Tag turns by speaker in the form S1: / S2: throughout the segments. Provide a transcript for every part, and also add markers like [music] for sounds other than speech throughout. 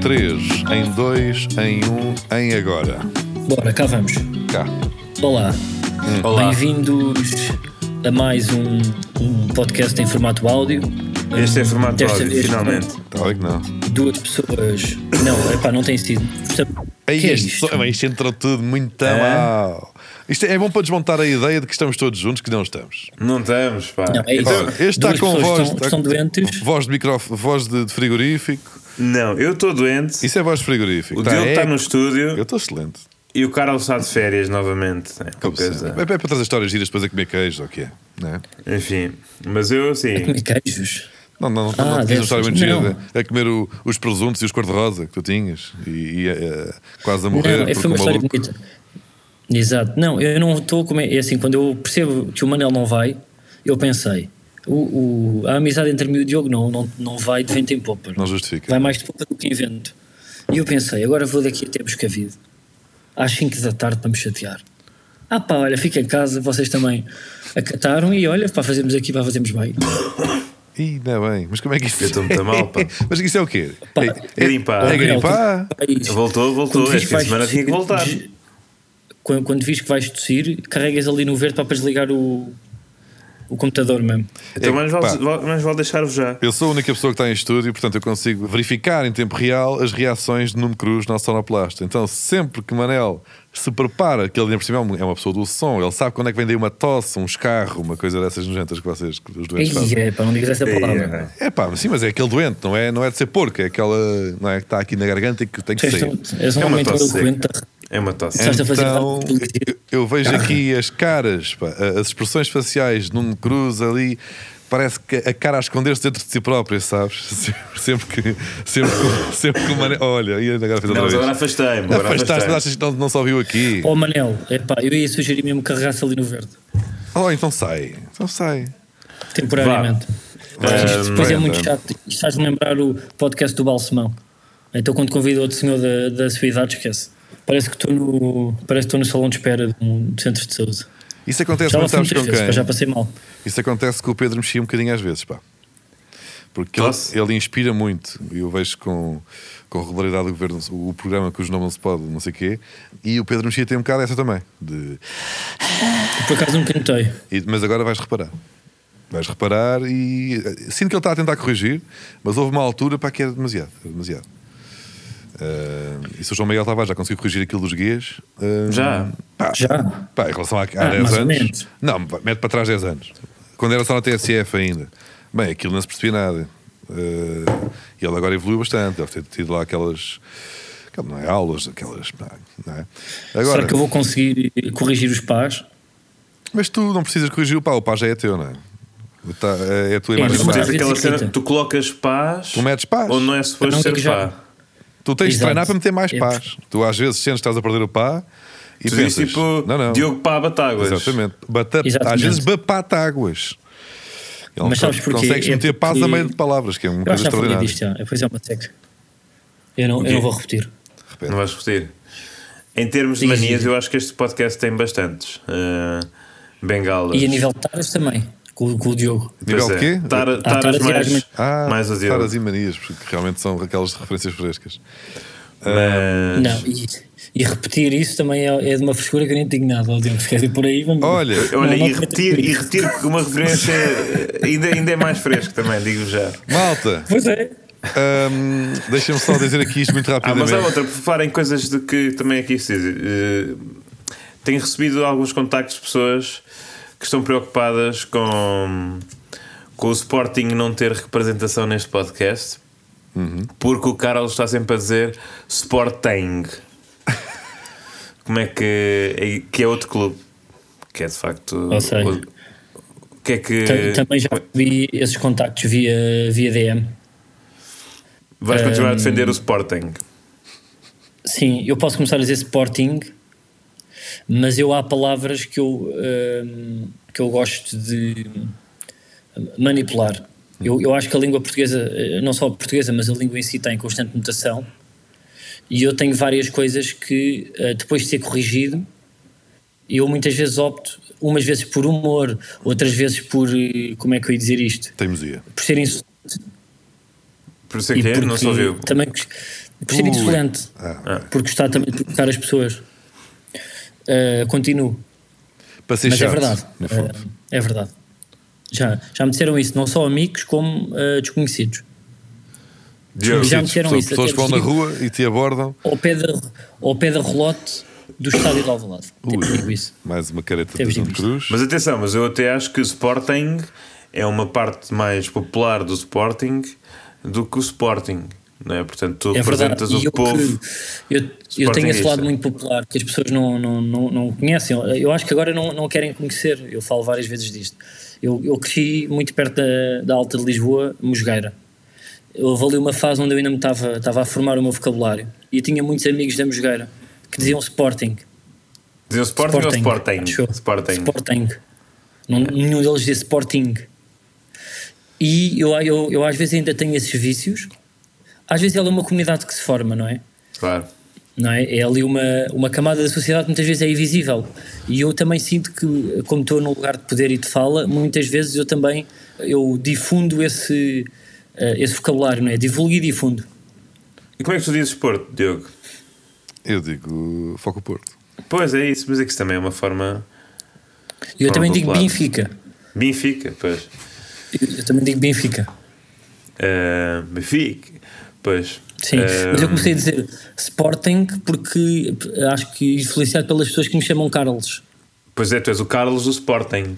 S1: 3, em 2, em 1, em agora.
S2: Bora, cá vamos.
S1: Cá.
S2: Olá,
S3: Olá.
S2: bem-vindos a mais um, um podcast em formato áudio.
S3: Este é formato de
S2: Desta
S3: áudio,
S2: vez,
S3: finalmente.
S1: Está Tá bem que não.
S2: Duas pessoas. Não, epá, não tem sido. Portanto,
S1: Ei,
S2: que é
S1: este
S2: isto?
S1: som- bem, isto entrou tudo muito
S3: É?
S1: mal. Isto é bom para desmontar a ideia de que estamos todos juntos, que não estamos.
S3: Não estamos, pá.
S2: Não,
S3: Então,
S2: é isso.
S1: Olha, este está
S2: Duas
S1: com
S2: pessoas
S1: voz.
S2: estão-
S1: está-
S2: estão doentes.
S1: Voz de, microf- voz de de frigorífico.
S3: Não, eu estou doente.
S1: Isso é voz de frigorífico.
S3: O
S1: Tá,
S3: Diogo
S1: é-
S3: está no
S1: Eu
S3: estúdio
S1: estou excelente.
S3: e o Carlos está de férias novamente. É,
S1: Como
S3: coisa.
S1: sempre. É para trazer histórias giras depois a comer queijo, ou o que é? Não, é?
S3: Enfim, mas eu sim.
S2: Comi queijos.
S1: não, não, não, não
S2: Ah,
S1: tens uma
S2: dessas,
S1: história muito
S2: não.
S1: gira. de- A comer o- os presuntos e os cor-de-rosa que tu tinhas e, e, eh, quase a
S2: Não,
S1: morrer
S2: é-
S1: porque
S2: foi
S1: o
S2: uma história
S1: maluco.
S2: bonita. Exato. Não, eu não estou como é. É assim, quando eu percebo que o Manel não vai, eu pensei. o- o- a amizade entre mim e o Diogo não, não, não vai de vento em popa. é?
S1: Não justifica.
S2: Vai mais de pouco do que invento. E eu pensei, agora vou daqui até Buscavido, às 5 da tarde para me chatear. Ah pá, olha, fica em casa, vocês também acataram e olha, pá, fazemos aqui, pá, fazemos bem.
S1: Ih, ainda bem. Mas como é que isto
S3: Eu estou muito mal, pá.
S1: [laughs] Mas isso é o quê?
S2: Pá,
S1: É,
S3: grimpar.
S1: É
S3: Manel,
S1: gripar.
S3: Voltou, voltou. Este fim de semana tinha que voltar.
S2: Quando, quando vis que vais tossir, carregas ali no verde pá, para desligar o, o computador mesmo.
S3: Então, mas
S1: pá.
S3: vale, vale- mas vale deixar-vos já.
S1: Eu sou a única pessoa que está em estúdio, portanto eu consigo verificar em tempo real as reações de Nuno Cruz, nosso sonoplasta. Então sempre que Manel se prepara, que ele ainda por cima é uma- é uma pessoa do som, ele sabe quando é que vem daí uma tosse, um escarro, uma coisa dessas nojentas que vocês, que os doentes
S2: Ei,
S1: fazem.
S2: é, pá, não digas essa
S3: Ei,
S2: palavra.
S1: É pá, mas sim, mas é aquele doente, não é, não é de ser porco, é aquela não é, que está aqui na garganta e que tem
S2: Tu
S1: que
S2: és
S1: sair.
S2: tão- És um
S3: É uma
S2: homem tão
S3: tosse seca.
S2: eloquente.
S3: É uma tosse.
S2: É. Estás a fazer
S1: Então,
S2: tanta publicidade.
S1: eu, eu vejo
S2: [laughs]
S1: aqui as caras, pá, a- as expressões faciais de Nuno Cruz ali. Parece que a cara a esconder-se dentro de si própria, sabes? [laughs] Sempre, sempre que. Sempre, que- sempre que o Mané. Olha, e agora fez
S3: Não,
S1: outra
S3: mas agora
S1: vez.
S3: afastei-me.
S1: Afastaste,
S3: Agora
S1: mas
S3: afastei-me.
S1: achas que não, não só viu aqui?
S2: Oh Manel, é pá, eu ia sugerir mesmo que carregasse ali no verde,
S1: Oh, então sai. Então sai.
S2: temporariamente. Mas isto depois é
S1: Ahm,
S2: muito
S1: bem,
S2: chato. Isto Estás-me lembrar o podcast do Balsemão. Então, quando convido outro senhor da, da sua idade, esquece. Parece que estou no, parece que estou no salão de espera de um centro de saúde.
S1: Isso acontece,
S2: Já lá
S1: não
S2: fui
S1: sabes com
S2: muitas vezes, pá, já
S1: quem?
S2: passei mal.
S1: Isso acontece com o Pedro Mexia um bocadinho às vezes, pá. Porque ele,
S3: Tosse?
S1: ele inspira muito. e Eu vejo com, com regularidade o, governo, o programa cujo nome não se pode, não sei o quê. E o Pedro Mexia tem um bocado essa também. de-
S2: Por acaso nunca notei.
S1: e- mas agora vais reparar. Vais reparar e. eh, Sinto que ele está a tentar corrigir, mas houve uma altura para que era demasiado. Era demasiado. Ah, e se o João Miguel Tavares já conseguiu corrigir aquilo dos guias? ah,
S3: Já.
S1: pá,
S2: Já.
S1: Pá, em relação a, há
S2: Ah,
S1: 10
S2: mais ou
S1: anos.
S2: menos.
S1: Não, mete para trás 10 anos. Quando era só na TSF ainda. Bem, aquilo não se percebia nada. Eh, e ele agora evoluiu bastante. Deve ter tido lá aquelas. aquelas não é aulas, aquelas. pá, Não é? Agora,
S2: Será que eu vou conseguir corrigir os pais?
S1: Mas tu não precisas corrigir o pá, o pá já é teu, não é? O tá- é a tua
S2: É,
S1: imagem.
S2: mas
S1: do
S3: Tu
S1: pá.
S3: tens
S2: Às vezes
S3: aquela
S2: irrita.
S3: cena, tu colocas paz.
S1: Tu metes paz.
S3: Onde não é
S2: Eu
S3: suposto
S2: não
S3: ser
S2: digo já.
S3: pá.
S1: Tu tens de
S2: Exato.
S1: treinar para meter mais
S2: É
S1: pás. Tu às vezes sentes que estás a perder o pá e
S3: Tu
S1: pensas.
S3: dizes tipo
S1: não, não.
S3: Diogo Pá Batáguas.
S1: Exatamente. Bata-
S2: Exatamente.
S1: Às vezes bapatáguas. Ele
S2: Mas sabes
S1: con-
S2: porquê?
S1: Consegues
S2: É
S1: meter paz a
S2: porque-
S1: meio de palavras, que é uma
S2: Eu
S1: coisa
S2: acho que já falei
S1: extraordinária.
S2: disto, já. Pois é uma seca. Eu não, eu
S3: quê?
S2: não vou repetir.
S3: Não vais repetir. Em termos de
S2: Diz,
S3: manias,
S2: diz.
S3: eu acho que este podcast tem bastantes. Ah, bengalas.
S2: E a nível de taras também, com, com o Diogo.
S3: Pois
S1: Nível
S3: é.
S1: de quê?
S3: Tara-
S2: Ah,
S3: taras
S2: taras e
S3: mais,
S2: asmas.
S1: Ah,
S3: mais o Diogo.
S1: taras e manias, porque realmente são aquelas referências frescas.
S3: Mas
S2: Não, e, e repetir isso também é, é de uma frescura que eu nem digo nada. Ó Diogo, se queres ir por aí, vamos.
S1: Olha,
S3: olha,
S2: não
S3: e
S2: te metas
S3: repetir,
S2: por
S3: e
S2: isso.
S3: repetir com
S2: [laughs]
S3: uma referência ainda, ainda é mais fresco também, digo já.
S1: Malta, [laughs]
S2: Pois é.
S1: hum, deixa-me só dizer aqui isto muito
S3: Ah, mas
S1: rapidamente.
S3: há outra, por falar em coisas de que também aqui se diz. eh, tenho recebido alguns contactos de pessoas que estão preocupadas com, com o Sporting não ter representação neste podcast, porque o Carlos está sempre a dizer Sporting. Como é que. é- que é outro clube. Que é de facto.
S2: Ou seja,
S3: o- o que é que.
S2: Tam- Também já vi esses contactos via, via DM.
S3: Vais continuar a
S2: ehm,
S3: defender o Sporting.
S2: Sim, eu posso começar a dizer Sporting, mas eu há palavras que eu, hum, que eu gosto de manipular. Eu, eu acho que a língua portuguesa, eh, não só a portuguesa, mas a língua em si está em constante mutação. E eu tenho várias coisas que, eh, depois de ser corrigido, eu muitas vezes opto, umas vezes por humor, outras vezes por, eh, como é que eu ia dizer isto?
S1: Teimosia.
S2: Por ser insulto
S3: Por isso é
S2: e
S3: que é, não
S2: porque
S3: se ouviu.
S2: Também, gos- Crescer insolente.
S1: Ah,
S2: Porque está também de provocar as pessoas. Ah, continuo.
S1: para ser
S2: Mas
S1: chato,
S2: é verdade.
S1: no fundo.
S2: É, é verdade. Já, já me disseram isso, não só amigos, como ah, desconhecidos.
S1: Diabos,
S2: já me disseram
S1: pessoas-
S2: isso,
S1: Pessoas que
S2: até
S1: vão na
S2: me
S1: rua e te abordam.
S2: Ao pé da, ao pé da relote do estádio de Alvalade. Temos
S1: Ui,
S2: digo isso.
S1: Mais uma careta de
S2: Temos
S1: Nuno
S2: dito
S1: Cruz.
S3: Mas atenção, mas eu até acho que o Sporting é uma parte mais popular do Sporting do que o Sporting, não é? Portanto, tu
S2: É verdade.
S3: apresentas
S2: E
S3: o
S2: eu,
S3: povo.
S2: que- eu, eu tenho esse lado
S3: Sportingista.
S2: muito popular que as pessoas não, não, não, não o conhecem. Eu acho que agora não, não querem conhecer. Eu falo várias vezes disto. Eu, eu cresci muito perto da, da Alta de Lisboa, Mosgueira. Houve ali uma fase onde eu ainda me estava estava a formar o meu vocabulário e eu tinha muitos amigos da Mosgueira que diziam Sporting.
S3: Dizem o Sporting, ou Sporting?
S2: acho eu.
S3: Sporting.
S2: Sporting. Não- Nenhum deles diz Sporting. E eu, eu, eu às vezes ainda tenho esses vícios. Às vezes ela é uma comunidade que se forma, não é?
S3: Claro.
S2: Não é? é ali uma, uma camada da sociedade que muitas vezes é invisível. E eu também sinto que, como estou num lugar de poder e de fala, muitas vezes eu também eu difundo esse, eh, esse vocabulário, não é? Divulgo e difundo.
S3: E como é que tu dizes Porto, Diogo?
S1: Eu digo Foco Porto.
S3: Pois é isso, mas é que isso também é uma forma.
S2: E eu
S3: Forma
S2: também digo
S3: popular.
S2: Benfica.
S3: Benfica, pois.
S2: Eu, eu também digo Benfica.
S3: Ah, Benfica, pois.
S2: Sim,
S3: Ah,
S2: mas eu comecei a dizer Sporting porque acho que influenciado pelas pessoas que me chamam Carlos.
S3: Pois é, tu és o Carlos do Sporting.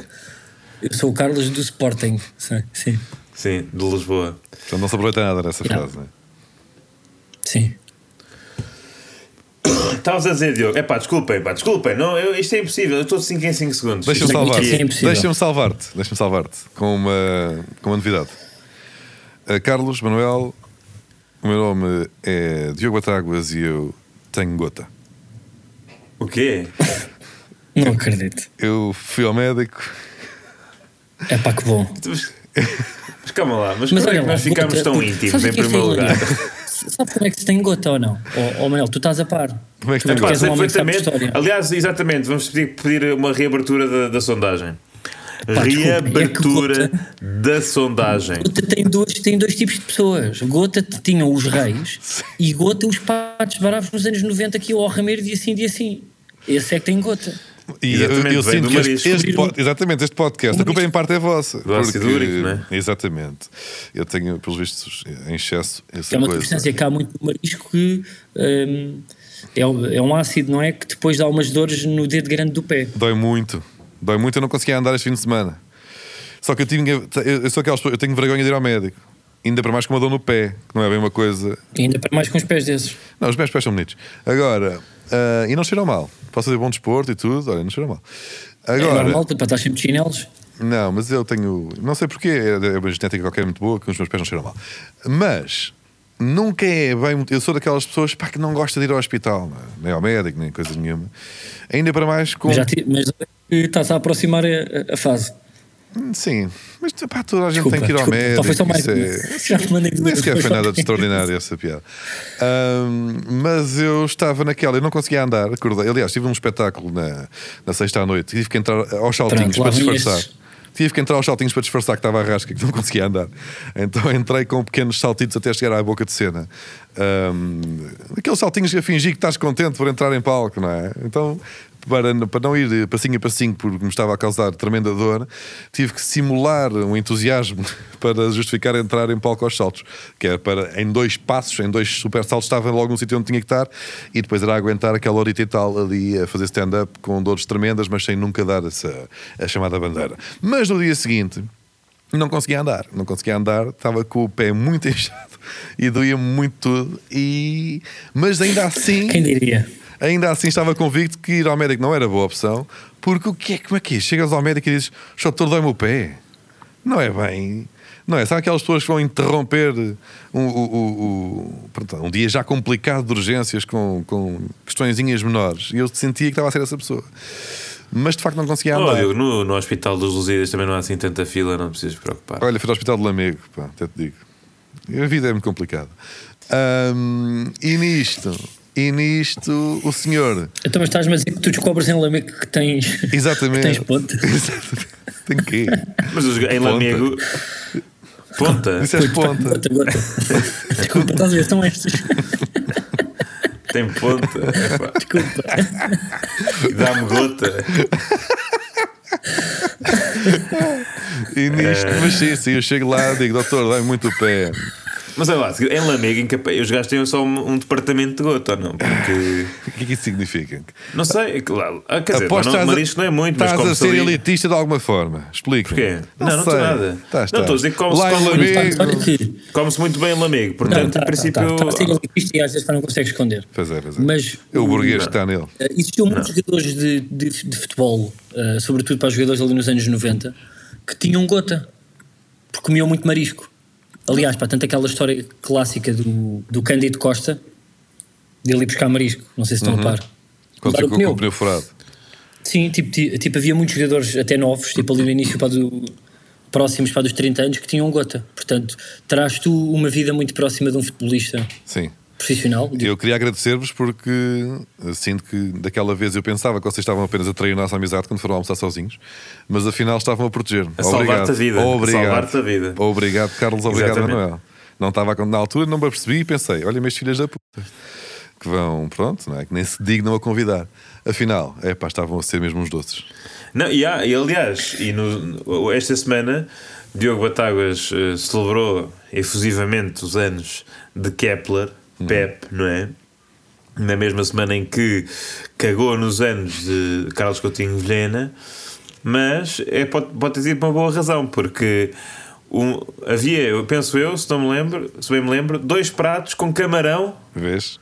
S2: Eu sou o Carlos do Sporting. Sim, sim.
S3: Sim, de Lisboa.
S1: Portanto, não se aproveita nada nessa
S2: Yeah.
S1: frase. Né?
S2: sim.
S3: Estavas a dizer, Diogo. É pá, desculpem, pá, desculpem. Não, eu- isto é impossível. Eu estou de 5 em 5 segundos.
S1: Deixa-me
S3: Isto aqui
S1: salvar-te.
S2: é impossível.
S1: Deixa-me salvar-te. Deixa-me salvar-te com uma, com uma novidade. Uh, Carlos, Manuel, o meu nome é Diogo Batáguas e eu tenho gota.
S3: O quê?
S2: Não acredito.
S1: Eu fui ao médico.
S2: É pá, que bom.
S3: Mas, mas calma lá, mas, como é que nós
S2: gota,
S3: ficámos tão
S2: porque-
S3: íntimos
S2: sabes
S3: em
S2: o que é que
S3: primeiro
S2: isto é
S3: lugar?
S2: irónico? Sabes como é que se tem gota ou não? Ó ó, Manel, tu estás a par.
S1: Como é que
S2: Tu
S1: tem
S3: [laughs]
S2: és
S1: gota?
S2: um homem que sabe de
S3: Perfeitamente.
S2: história.
S3: Aliás, exatamente, vamos pedir, pedir uma reabertura da, da sondagem.
S2: desculpa, é que
S3: reabertura
S2: gota-
S3: da sondagem.
S2: Gota tem dois, tem dois tipos de pessoas. Gota t- tinham os reis e Gota os patos bravos nos anos 90 que iam ao Rameiro dia assim, dia assim. Esse é que tem Gota.
S1: E eu,
S3: Exatamente,
S1: eu
S3: vem
S1: sinto
S3: do
S1: que este,
S3: marisco.
S1: este pod- exatamente, este podcast, a culpa em parte é vossa.
S3: ácido úrico, não é?
S1: Exatamente. Eu tenho, pelos vistos, em excesso
S2: Que
S1: essa
S2: é uma
S1: coisa.
S2: substância que há muito no marisco que hum, é, um- é um ácido, não é? Que depois dá umas dores no dedo grande do pé.
S1: Dói muito. Dói muito, eu não conseguia andar este fim de semana. Só que eu tinha. Eu, eu sou aquelas pessoas- eu tenho vergonha de ir ao médico. Ainda para mais com uma dor no pé, que não é bem uma coisa.
S2: E ainda para mais com os pés desses.
S1: Não, os meus pés são bonitos. Agora, ah, e não cheiram mal. Posso fazer bom desporto e tudo, olha, não cheiram mal.
S2: é
S1: Agora,
S2: normal, tu para estar sempre de chinelos.
S1: não, mas eu tenho. Não sei porquê, é é uma genética qualquer muito boa, que os meus pés não cheiram mal. Mas. Nunca é bem. Eu sou daquelas pessoas pá, que não gosta de ir ao hospital, não é? nem ao médico, nem coisa nenhuma. Ainda para mais com.
S2: Mas, já ti- mas estás a aproximar a- a, a fase.
S1: Sim, mas pá, toda a gente
S2: Desculpa,
S1: tem que ir ao
S2: desculpa,
S1: médico.
S2: só foi só mais
S1: isso é-
S2: uma. [laughs] Já te mandei
S1: Nem
S2: duas,
S1: sequer foi
S2: mas
S1: nada de
S2: ok.
S1: extraordinário essa piada. Ahm, mas eu estava naquela, eu não conseguia andar, acordei. Aliás, tive um espetáculo na, na sexta à noite, tive que entrar aos saltinhos
S2: Pronto, lá
S1: para
S2: vem
S1: disfarçar.
S2: estes.
S1: Tive que entrar aos saltinhos para disfarçar que estava à rasca, que não conseguia andar. Então entrei com pequenos saltitos até chegar à boca de cena. Ahm, aqueles saltinhos que eu fingi que estás contente por entrar em palco, não é? Então, para, para não ir de passinho a passinho, porque me estava a causar tremenda dor, tive que simular um entusiasmo [laughs] para justificar entrar em palco aos saltos. Que era para, em dois passos, em dois super saltos, estava logo no sítio onde tinha que estar e depois era aguentar aquela horita e tal ali a fazer stand-up com dores tremendas, mas sem nunca dar essa, a chamada bandeira. Mas no dia seguinte. Não conseguia andar, não conseguia andar, estava com o pé muito [laughs] inchado e doía-me muito tudo. E... Mas ainda assim.
S2: Quem diria?
S1: Ainda assim estava convicto que ir ao médico não era boa opção, porque o que é como é que é? Chegas ao médico e dizes, "Só doutor, dói-me o pé. Não é bem. Não é? Sabe aquelas pessoas que vão interromper um, o- o- o- pronto, um dia já complicado de urgências com, com questõezinhas menores. E eu sentia que estava a ser essa pessoa. Mas de facto não
S2: é
S1: conseguia
S3: Oh,
S1: andar.
S3: Diogo, no, no Hospital dos Lusíadas também não há assim tanta fila, não precisas preocupar.
S1: Olha, fui ao hospital de Lamego, pá, até te digo. A vida é muito complicada. Ahm, e nisto, e nisto, o senhor.
S2: Então, mas estás-me a dizer que tu descobres em Lamego que tens. [laughs]
S1: [laughs] Exatamente.
S2: que tens ponte.
S1: Exatamente. Tem que ir.
S3: Mas os- em
S1: Ponta.
S3: Lamego. Ponta.
S1: Disseste é ponta.
S2: Gota,
S1: [laughs]
S2: gota. Desculpa, estás a ver? São estas.
S3: Tem ponta. Epá,
S2: Desculpa.
S3: Dá-me gota.
S1: E nisto, mas sim, sim, eu chego lá e digo, doutor, dá-me muito o pé.
S3: Mas olha lá, em Lamego, em Capé, os gajos têm só um, um departamento de gota, ou não? Porque.
S1: O que é que isso significa?
S3: Não sei, é que lá. ah, Quer dizer,
S1: Aposto
S3: não,
S1: que estás a-
S3: marisco não é muito, mas
S1: Estás a
S3: como
S1: ser
S3: se ali.
S1: elitista de alguma forma. Explica.
S3: Porquê? Não, não estou
S1: sei. Tá,
S3: nada.
S1: Estás,
S3: Não, estou a
S1: estás.
S3: dizer que como se
S1: Lá em
S3: come muito
S1: Lamego-
S2: Olha aqui.
S3: Come-se muito bem em Lamego,
S2: Não,
S3: portanto,
S2: tá,
S3: em princípio.
S2: tá, tá. Tá a ser elitista e às vezes não consegue esconder.
S1: Pois é, pois é.
S2: Mas
S1: É o burguês que está nele.
S2: Eh, Existiam muitos jogadores de, de, de futebol, eh, sobretudo para os jogadores ali nos anos 90, que tinham gota, porque comiam muito marisco. Aliás, pá, tanto aquela história clássica do, do Cândido Costa, de ele ir buscar marisco, não sei se estão a par.
S1: Uhum. Quando
S2: Mudar
S1: ficou com o pneu furado.
S2: Sim, tipo, ti- tipo, havia muitos jogadores até novos, tipo ali no início para do, próximos para dos 30 anos, que tinham gota. Portanto, traz tu uma vida muito próxima de um futebolista
S1: Sim.
S2: profissional.
S1: E Eu queria agradecer-vos porque eh, sinto que daquela vez eu pensava que vocês estavam apenas a trair a nossa amizade quando foram almoçar sozinhos, mas afinal estavam a proteger-me.
S3: A salvar-te a vida. A
S1: Obrigado.
S3: salvar-te a vida.
S1: Obrigado, Carlos. Obrigado,
S3: Exatamente.
S1: Manuel. Não estava a- na altura, não me percebi e pensei: olha, meus filhas da puta, que vão, pronto, não é? que nem se dignam a convidar. Afinal, é pá, estavam a ser mesmo uns doces.
S3: Não, e, há, e aliás, e no- esta semana, Diogo Batáguas eh, celebrou efusivamente os anos de Kepler, PEP, não é? Na mesma semana em que cagou nos anos de Carlos Coutinho Vilhena, mas é, pode, pode ter sido por uma boa razão, porque um- havia, eu penso eu, se não me lembro, se bem me lembro, dois pratos com camarão
S1: Vês?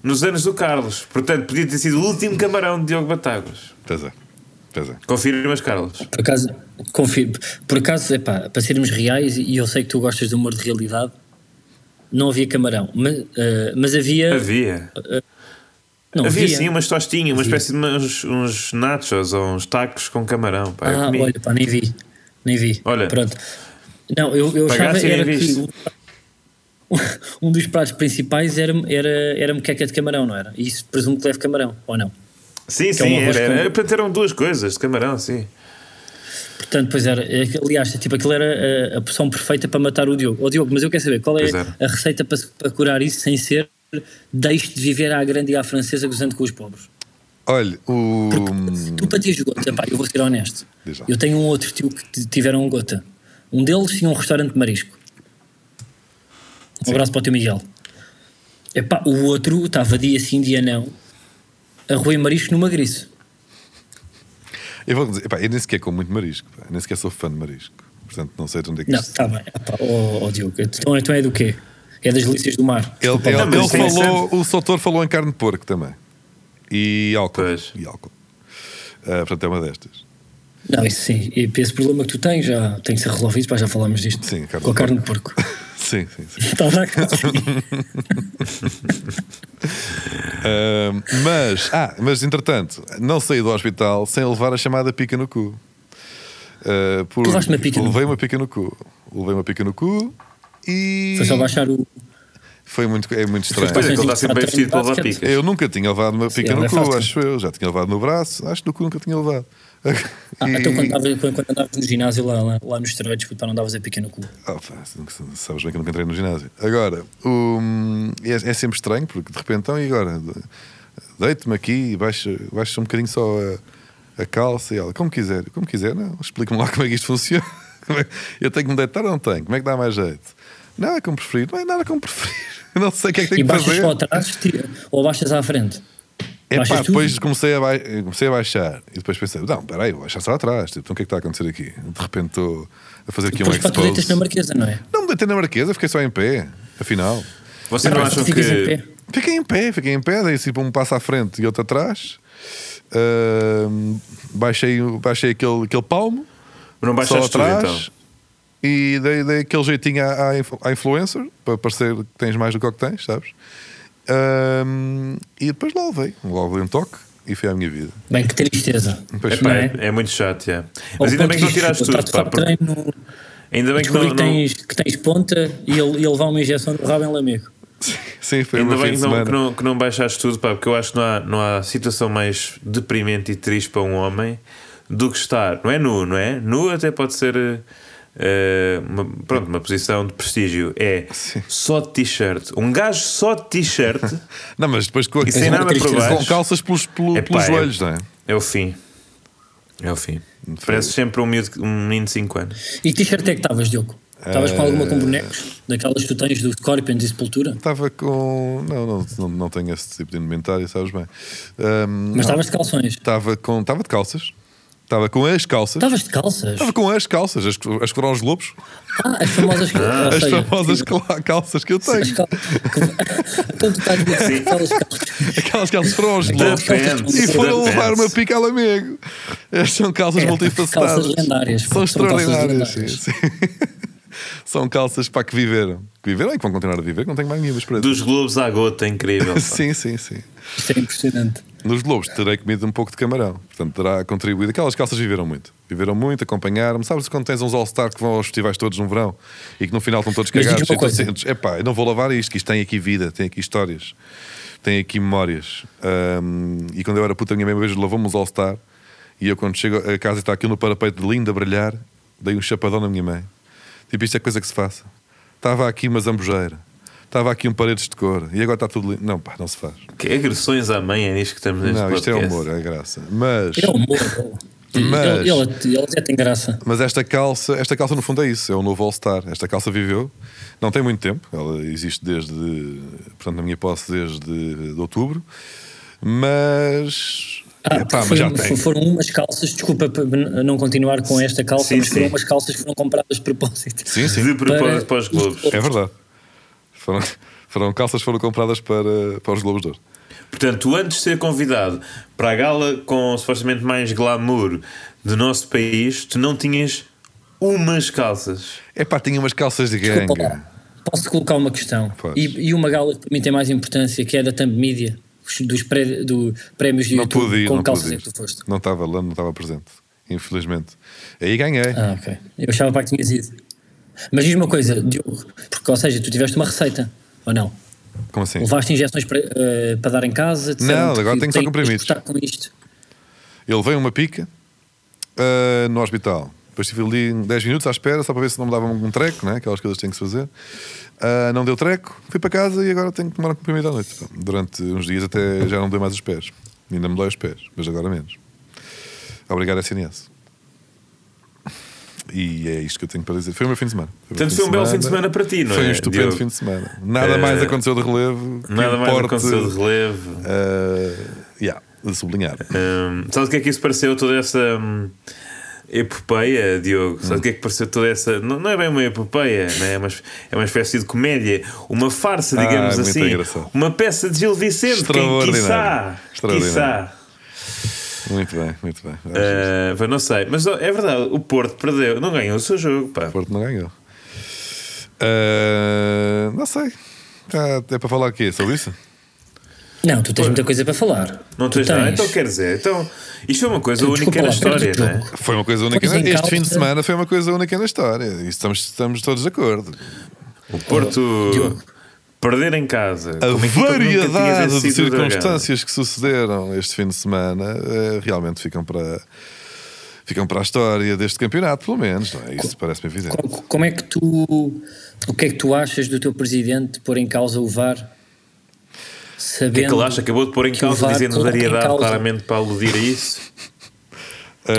S3: nos anos do Carlos. Portanto, podia ter sido o último camarão de Diogo Batáguas.
S1: Pois é. Pois é.
S3: Confirmas, Carlos?
S2: Por acaso, confio, por acaso epá, para sermos reais, e eu sei que tu gostas de humor de realidade, não havia camarão, mas, eh, mas havia.
S3: Havia.
S2: não,
S3: Havia,
S2: havia,
S3: sim umas tostinhas, uma espécie de umas- uns nachos ou uns tacos com camarão. Pá, eu
S2: Ah,
S3: comi.
S2: olha, pá, nem vi. Nem vi.
S3: Olha.
S2: Pronto. Não, eu, eu
S3: Pagaste
S2: achava
S3: e nem
S2: era que
S3: viste.
S2: um, [laughs] um dos pratos principais era, era, era moqueca de camarão, não era? E isso presumo que leve camarão, ou não?
S3: sim,
S2: é um
S3: sim,
S2: arroz
S3: era,
S2: com-
S3: era. Portanto, eram duas coisas de camarão, sim.
S2: Portanto, pois era. é que, Aliás, tipo, aquilo era a, a poção perfeita para matar o Diogo. Ó, Diogo, mas eu quero saber qual é
S3: Pois era.
S2: a receita para, se- para curar isso sem ser deixe de viver à grande e à francesa gozando com os pobres.
S1: Olha, o.
S2: Tu para ti gota, pá, eu vou ser honesto.
S1: Diz lá.
S2: Eu tenho um outro tio que t- tiveram um gota. Um deles tinha um restaurante de marisco. Um abraço para o teu Miguel. Epá, o outro estava dia sim, dia não, a roer marisco numa grice.
S1: Eu vou dizer, epá, eu nem sequer como muito marisco, pá. Eu nem sequer sou fã de marisco. Portanto, não sei de onde é que
S2: Não,
S1: isto-
S2: está bem. Epá, ó, ó, Diogo, então, então é do quê? É das delícias do mar.
S1: Ele,
S2: Desculpa,
S1: ele-
S2: lá.
S3: mas
S1: ele
S3: isso é
S1: falou, o Soutor falou em carne de porco também. E álcool.
S3: Pois.
S1: E álcool. Ah, portanto, é uma destas.
S2: Não, isso sim. E esse problema que tu tens já tem que ser resolvido, pá, já falámos disto.
S1: Sim, carne
S2: com a
S1: de
S2: carne
S1: [laughs]
S2: de porco. Tá
S1: Sim, sim, sim.
S2: Estás a acabar.
S1: Ah, mas, ah, mas entretanto, não saí do hospital sem levar a chamada pica no cu. Ah, por-
S2: Tu levaste uma pica no
S1: levei uma pica no cu. Levei uma pica no cu e.
S2: Foi só baixar o.
S1: Foi muito, é muito
S2: Depois
S1: estranho.
S3: Pois é, que ele
S2: Sim,
S3: está sempre bem
S2: sim,
S3: vestido pela
S2: basquete.
S3: pica.
S1: Eu nunca tinha levado uma pica
S2: Sim, não
S1: no
S2: é
S1: cu,
S2: fácil.
S1: acho eu. Já tinha levado no braço, acho que no cu nunca tinha levado.
S2: Ah,
S1: E-
S2: então quando, andava- quando- quando andavas no ginásio lá, lá, lá nos esteroides, puto, pá, não andavas a pica no cu.
S1: Ah, pá, sabes bem que eu nunca entrei no ginásio. Agora, o- é, é sempre estranho, porque de repente, então, e agora? Deito-me aqui e baixo, baixo um bocadinho só a, a calça e ela, como quiser, como quiser, não, explica-me lá [laughs] como é que isto funciona. Como é que- Eu tenho que me deitar ou não tenho? Como é que dá mais jeito? Nada como preferir, não é nada como preferir. [laughs] Eu não sei o que é que
S2: E
S1: tenho que
S2: baixas
S1: fazer.
S2: só atrás tira- ou baixas à frente.
S1: É
S2: Baixas
S1: pá,
S2: tudo?
S1: depois comecei a, bai- comecei a baixar e depois pensei, não, peraí, vou baixar só atrás. Tipo, então o que é que está a acontecer aqui? De repente estou a fazer aqui um
S2: Depois para tu deitas
S1: expose.
S2: na marquesa, não é?
S1: Não me deitei na marquesa, fiquei só em pé, afinal.
S3: Vocês não
S2: Depois
S3: acham
S2: tu ficas em
S3: que.
S2: pé.
S1: Fiquei em pé, fiquei em pé, dei tipo um passo à frente e outro atrás. Ahm, baixei baixei aquele, aquele palmo,
S3: Não
S1: só
S3: baixaste tudo então?
S1: atrás. E dei, dei aquele jeitinho à, à influ- à influencer, para parecer que tens mais do que o que tens, sabes? Ahm, e depois lá levei, lá levei um toque e foi a minha vida. [laughs]
S2: Bem, que tristeza.
S1: Pois
S3: Epá,
S2: não
S3: é,
S2: é?
S3: é muito chato, já.
S2: Ao
S3: Mas ainda
S2: ponto
S3: bem que não
S2: de-
S3: tiraste
S2: estás
S3: tudo,
S2: de
S3: pá.
S2: fato
S3: porque-
S2: treino,
S3: Ainda bem que
S2: descobri
S3: não.
S2: que
S3: não-
S2: tens, que tens ponta e ele, e ele vai uma injeção no rabo em Lamego.
S1: Sim, foi
S3: Ainda
S1: uma fim
S3: bem
S1: de
S3: que não, que,
S1: semana.
S3: não, que não baixaste tudo, pá, porque eu acho que não há, não há situação mais deprimente e triste para um homem do que estar, não é nu, não é? Nu até pode ser eh, eh, uma- pronto, uma posição de prestígio. É
S1: Sim.
S3: só de t-shirt. Um gajo só
S1: [laughs]
S3: de t-shirt
S1: Não, mas depois com,
S3: E sem
S1: com-
S3: nada por
S1: com
S3: baixo.
S1: calças pelos, pelo-
S3: Epá,
S1: pelos
S3: é-
S1: joelhos, não é?
S3: é o fim. É o fim. Parece sempre um, miúdo, um menino de 5 anos.
S2: E que t-shirt é que estavas, Diogo? Estavas com alguma com bonecos? Daquelas que tu tens do Scorpions e Sepultura?
S1: Estava com. Não, não, não, não tenho esse tipo de indumentário, sabes bem. Ahm,
S2: Mas
S1: não,
S2: estavas de calções?
S1: estava com. Estava de calças. Estava com as calças.
S2: Estavas de calças?
S1: Estava com as calças, as, que- as que foram os lobos.
S2: Ah, as famosas calças.
S1: as famosas cla- calças que eu tenho.
S2: As [laughs] calças. Então tu estás
S3: Sim.
S2: de calças. calças.
S1: Aquelas calças foram aos lobos.
S3: Depende.
S1: [laughs] E foram
S3: Depende.
S1: levar uma pica ao amigo. Estas são calças
S2: É,
S1: multifacetadas.
S2: calças lendárias,
S1: São
S2: são calças
S1: extraordinárias. sim,
S2: lendárias.
S1: sim. [laughs] São calças para que viveram. Que viveram e que vão continuar a viver, que não tenho mais nenhuma esperança.
S3: Dos globos à gota, incrível.
S1: [laughs]
S3: pá.
S1: Sim, sim, sim.
S2: Isto é impressionante.
S1: Nos Globos terei comido um pouco de camarão, portanto terá contribuído. Aquelas calças viveram muito, viveram muito, acompanharam-me. Sabes quando tens uns All-Star que vão aos festivais todos no verão e que no final estão todos
S2: Mas diz-me
S1: cagados
S2: uma
S1: e tu
S2: coisa.
S1: sentes, epá, eu não vou lavar isto, que isto tem aqui vida, tem aqui histórias, tem aqui memórias. Ahm, e quando eu era puta, a minha mãe uma vez lavou-me uns All-Star e eu quando chego a casa e está aquilo no parapeito lindo a brilhar, dei um chapadão na minha mãe. Tipo, isto é coisa que se faça. Estava aqui uma zambujeira, estava aqui um paredes de cor e agora está tudo lindo. Não, pá, não se faz.
S3: Que agressões à mãe é nisto que estamos neste
S1: Não, isto é
S3: podcast.
S1: humor, é graça. Mas,
S2: É humor. Ele,
S1: Mas-
S2: ele, ele até tem graça.
S1: mas esta calça, esta calça no fundo é isso, é o novo All-Star. Esta calça viveu, não tem muito tempo, ela existe desde, portanto, na minha posse desde de outubro, mas.
S2: Ah,
S1: Epá, mas
S2: foi-
S1: já
S2: foi-
S1: tem.
S2: foram umas calças, desculpa por não continuar com esta calça,
S3: Sim,
S2: mas foram
S3: sim.
S2: umas calças que foram compradas de propósito.
S1: Sim,
S3: De
S1: sim,
S3: propósito
S2: Para-
S3: para os globos.
S1: é verdade. Foram, [laughs] foram calças que foram compradas para, para os Globos de Ouro.
S3: Portanto, antes de ser convidado para a gala com supostamente mais glamour do nosso país, tu não tinhas umas calças.
S1: Epá, tinha umas calças de gangue.
S2: Desculpa lá. Posso colocar uma questão?
S1: Podes.
S2: E, e uma gala que para mim tem mais importância, que é da Thumb Media, os- dos pré- do, prémios de
S1: Não
S2: YouTube
S1: pude ir,
S2: com
S1: não
S2: calças
S1: pude
S2: é
S1: ir.
S2: que tu foste.
S1: Não estava lá, não estava presente, infelizmente. Aí ganhei.
S2: Ah, ok. Eu achava para que tinhas ido. Mas diz uma coisa, Diogo, porque, ou seja, tu tiveste uma receita, ou não?
S1: Como assim?
S2: Levaste injeções para, eh, para dar em casa? disseram-te
S1: Não, agora
S2: que
S1: tenho só
S2: tens de
S1: comprimidos.
S2: cortar com isto.
S1: Ele veio uma pica ah, no hospital. Depois estive ali 10 minutos à espera, só para ver se não me dava um treco, né? aquelas coisas que têm que se fazer. Ah, não deu treco, fui para casa e agora tenho que tomar um comprimido à noite. Pá, Durante uns dias até já não deu mais os pés. Ainda me dói os pés, mas agora menos. Obrigado, SNS. E é isto que eu tenho para dizer. Foi o meu fim de semana. o meu
S3: Portanto, foi um belo fim de semana para ti, não
S1: Foi
S3: é,
S1: um estupendo
S3: Diogo?
S1: fim de semana. Nada mais
S3: Eh,
S1: aconteceu de relevo. que
S3: Nada mais
S1: importe,
S3: aconteceu de relevo.
S1: ah, yeah, de sublinhar.
S3: Hum, sabe o que é que isso pareceu? Toda essa hum, epopeia, Diogo? Sabe o que é que pareceu toda essa. Não, não é bem uma epopeia, né? é, uma, é uma espécie de comédia, uma farsa,
S1: Ah,
S3: digamos
S1: muito
S3: assim.
S1: engraçado.
S3: Uma peça de Gil Vicente, quem
S1: Extraordinário.
S3: quiçá.
S1: Extraordinário.
S3: quiçá.
S1: Muito bem, muito bem. Acho isto.
S3: Ah, mas não sei, mas ó, é verdade, o Porto perdeu, não ganhou o seu jogo, pá.
S1: O Porto não ganhou. Ah, não sei. Tá, é para falar o quê? Sobre isso?
S2: Não, tu tens muita coisa para falar.
S3: Não
S2: Tu Eh,
S3: tens nada, então quer dizer, então, isto é uma coisa
S2: Desculpa
S3: única na
S2: lá, perde
S3: história,
S2: o
S3: não é?
S2: jogo.
S1: Foi uma coisa única.
S2: Pois, em
S1: Este
S2: causa-
S1: fim de semana foi uma coisa única na história. Isso Estamos, estamos todos de acordo.
S3: é? O Porto
S2: Oh, Diogo.
S3: perder em casa,
S1: A
S3: como
S2: é
S3: equipa que então nunca tinha
S1: variedade de
S3: vencido o Dragão.
S1: circunstâncias que sucederam este fim de semana eh, realmente ficam para, ficam para a história deste campeonato, pelo menos. Não é? Isso parece-me evidente.
S2: Co- Como é que tu. O que é que tu achas do teu presidente pôr em causa o VAR? Sabendo.
S3: O que é que é ele acha? Acabou de pôr em
S2: que o
S3: causa,
S2: VAR
S3: dizendo
S2: coloca em
S3: variedade
S2: causa.
S3: claramente para aludir a isso.
S1: Ah,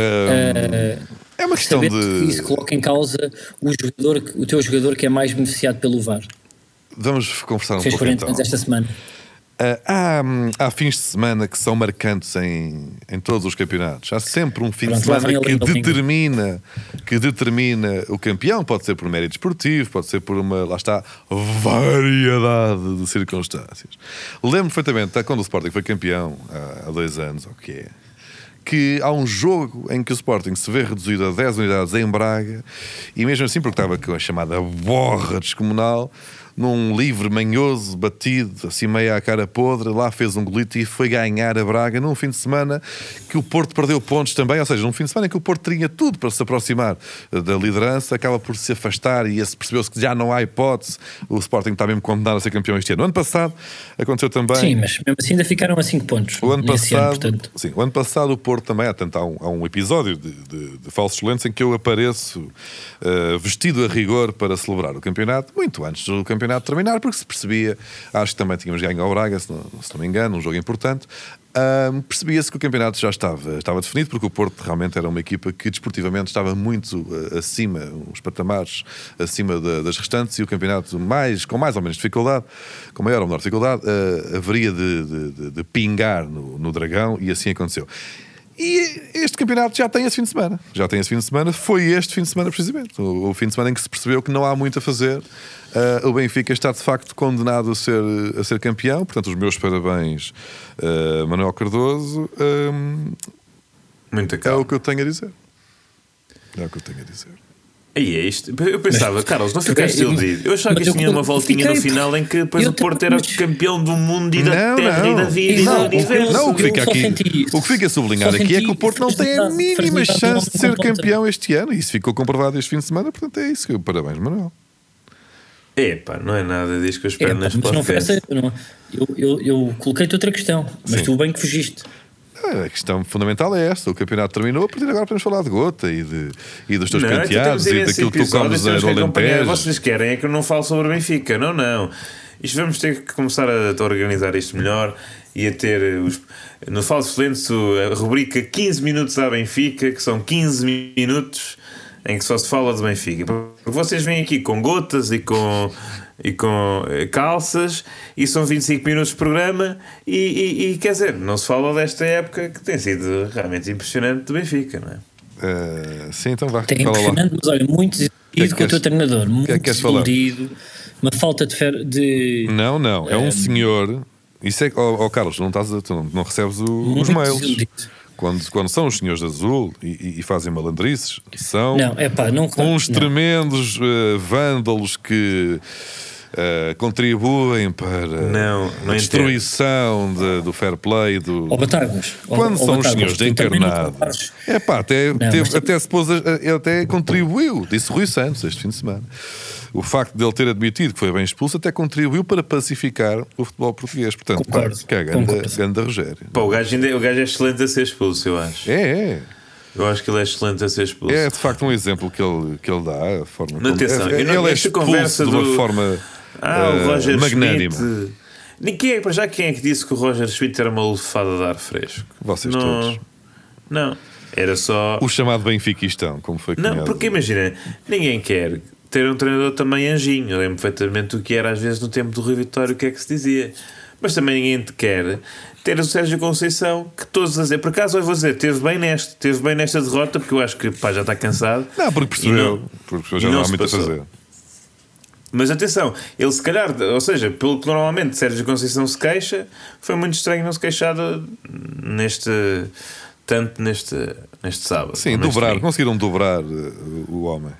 S1: é uma questão
S2: sabendo que eh, isso
S1: de.
S2: coloca em causa o, jogador, que- o teu jogador que é mais beneficiado pelo VAR.
S1: Vamos conversar um
S2: Fez
S1: pouco
S2: 40
S1: então.
S2: anos esta semana.
S1: Ah, há, hum, há fins de semana que são marcantes em, em todos os campeonatos. Há sempre um fim
S2: Pronto,
S1: de
S2: lá vem
S1: semana
S2: ele
S1: que
S2: então, ainda ao bingo.
S1: determina, que determina o campeão. Pode ser por mérito esportivo, pode ser por uma, lá está, variedade de circunstâncias. Lembro perfeitamente, tá, quando o Sporting foi campeão, ah, há, há dois anos, ou o que é, que há um jogo em que o Sporting se vê reduzido a 10 unidades em Braga e mesmo assim, porque estava com a chamada borra descomunal, num livre manhoso, batido, assim meio à cara podre, lá fez um golito e foi ganhar a Braga num fim de semana que o Porto perdeu pontos também, ou seja, num fim de semana em que o Porto tinha tudo para se aproximar eh, da liderança, acaba por se afastar e esse percebeu-se que já não há hipótese, o Sporting está mesmo condenado a ser campeão este ano. No ano passado aconteceu também...
S2: Sim, mas mesmo assim ainda ficaram a 5 pontos.
S1: O ano,
S2: nesse
S1: passado,
S2: portanto.
S1: sim, o ano passado o Porto também, há, tanto, há, um, há um episódio de, de, de Falsos Lentes em que eu apareço eh, vestido a rigor para celebrar o campeonato, muito antes do campeonato terminar, porque se percebia, acho que também tínhamos ganho ao Braga, se não, se não me engano, um jogo importante, ahm, percebia-se que o campeonato já estava, estava definido, porque o Porto realmente era uma equipa que desportivamente estava muito eh, acima, uns patamares acima da- das restantes, e o campeonato mais, com mais ou menos dificuldade, com maior ou menor dificuldade, eh, haveria de, de- de- de pingar no, no Dragão, e assim aconteceu. E este campeonato já tem esse fim de semana. Já tem esse fim de semana. Foi este fim de semana, precisamente. O, o fim de semana em que se percebeu que não há muito a fazer. Ah, o Benfica está, de facto, condenado a ser, a ser campeão. Portanto, os meus parabéns, ah, Manuel Cardoso. Ahm,
S3: Muita
S1: é o
S3: calma.
S1: que eu tenho a dizer. É o que eu tenho a dizer.
S3: Aí é isto. Eu pensava, Carlos, não ficaste
S2: eu-
S3: iludido. Eu achava que
S2: mas
S3: isto
S2: eu-
S3: tinha uma
S2: eu
S3: voltinha
S2: fiquei-
S3: no final em que depois
S2: eu
S3: o Porto era
S2: também-
S3: campeão do mundo e da
S1: Não,
S3: terra e da
S1: não.
S3: vida
S2: Não,
S3: e do
S2: o que-
S3: universo.
S1: Não, o que
S2: Eu
S1: fica
S2: só
S1: aqui,
S2: senti isso.
S1: o que fica sublinhado
S2: Só
S1: aqui é
S2: senti
S1: que o Porto não tem a
S2: fragilidade-
S1: mínima
S2: fragilidade do
S1: chance de ser
S2: homem com ponta.
S1: campeão este ano. E isso ficou comprovado este fim de semana. Portanto, é isso. que- Parabéns, Manuel.
S3: Epá, não é nada disso que eu
S2: É,
S3: espero
S2: mas
S3: neste
S2: não foi
S3: podcast.
S2: essa. não- eu eu, eu coloquei-te outra questão, mas
S1: Sim.
S2: tu bem que fugiste.
S1: Ah, A questão fundamental é esta: o campeonato terminou, a partir de agora podemos falar de gota e, de, e dos teus
S3: Não, então
S1: penteados
S3: temos
S1: e
S3: imensos
S1: daquilo que tu
S3: episódios,
S1: comes é
S3: temos
S1: no
S3: que acompanhar.
S1: Alentejo.
S3: Vocês querem é que eu não falo sobre Benfica. Não, não. Isto vamos ter que começar a, a organizar isto melhor e a ter eh, os, no Falso Lenço a rubrica 15 minutos à Benfica, que são 15 mi- minutos em que só se fala de Benfica. Porque vocês vêm aqui com gotas e com, e com eh, calças e são 25 minutos de programa e, e- e, quer dizer, não se fala desta época que tem sido realmente impressionante do Benfica, não é?
S1: Ah, sim, então vá,
S2: Tem
S1: fala lá.
S2: impressionante, mas olha, muito
S1: que é
S2: desiludido
S1: que
S2: com o teu
S1: queres-
S2: treinador. Muito
S1: que é que queres falar?
S2: desiludido, uma falta de. Fer, de
S1: Não, não, é
S2: Ehm,
S1: um senhor. Isso é, oh, oh, Carlos, não, estás, a- tu não, não recebes o- os
S2: Muito
S1: mails.
S2: desiludido.
S1: Quando, quando são os senhores de azul e, e- e fazem malandrices, são
S2: não, é pá, não.
S1: uns
S2: não.
S1: tremendos eh, vândalos que eh, contribuem para
S3: Não, não
S1: a destruição de- do fair play, do,
S2: Ó, Batagas, ó-
S1: Quando
S2: ó,
S1: são os
S2: Batagas,
S1: senhores de
S2: tu também não
S1: encarnado.
S2: compares.
S1: É pá, até,
S2: um Não,
S1: teve-
S2: mas-
S1: até se pôs. a- a- até contribuiu, disse Rui Santos este fim de semana. O facto de ele ter admitido que foi bem expulso até contribuiu para pacificar o futebol português. Portanto,
S2: Concordo,
S1: pá, que é ganda,
S2: concordo.
S1: ganda Rogério.
S3: Pá, o gajo, ainda- o gajo é excelente a ser expulso, eu acho.
S1: É, é.
S3: Eu acho que ele é excelente a ser expulso.
S1: É de facto um exemplo que ele, que ele dá. A forma
S3: Mas atenção,
S1: como, é,
S3: eu não-
S1: ele é
S3: esta
S1: expulso
S3: conversa
S1: de uma
S3: do-
S1: forma
S3: ah,
S1: eh,
S3: o Roger
S1: magnânima.
S3: Schmidt. Ninguém é, para já quem é que disse que o Roger Schmidt era uma lufada de ar fresco?
S1: Vocês
S3: não,
S1: todos.
S3: Não, era só.
S1: O chamado benfiquistão, como foi
S3: Não,
S1: cunhado.
S3: porque imagina, ninguém quer ter um treinador também anjinho. Eu lembro perfeitamente o que era às vezes no tempo do Rui Vitória, o que é que se dizia. Mas também ninguém te quer ter o Sérgio Conceição, que todos a dizer, por acaso eu vou dizer, teve bem neste, teve bem nesta derrota, porque eu acho que pá, já está cansado.
S1: Não, porque percebeu.
S3: E não-
S1: porque
S3: e
S1: já não,
S3: não
S1: há
S3: se
S1: muito a
S3: passou.
S1: fazer.
S3: Mas atenção, ele se calhar, ou seja, pelo que normalmente Sérgio Conceição se queixa, foi muito estranho não se queixar de- neste. tanto neste, neste sábado.
S1: Sim,
S3: ou neste
S1: dobrar.
S3: domingo.
S1: Conseguiram dobrar eh, o homem.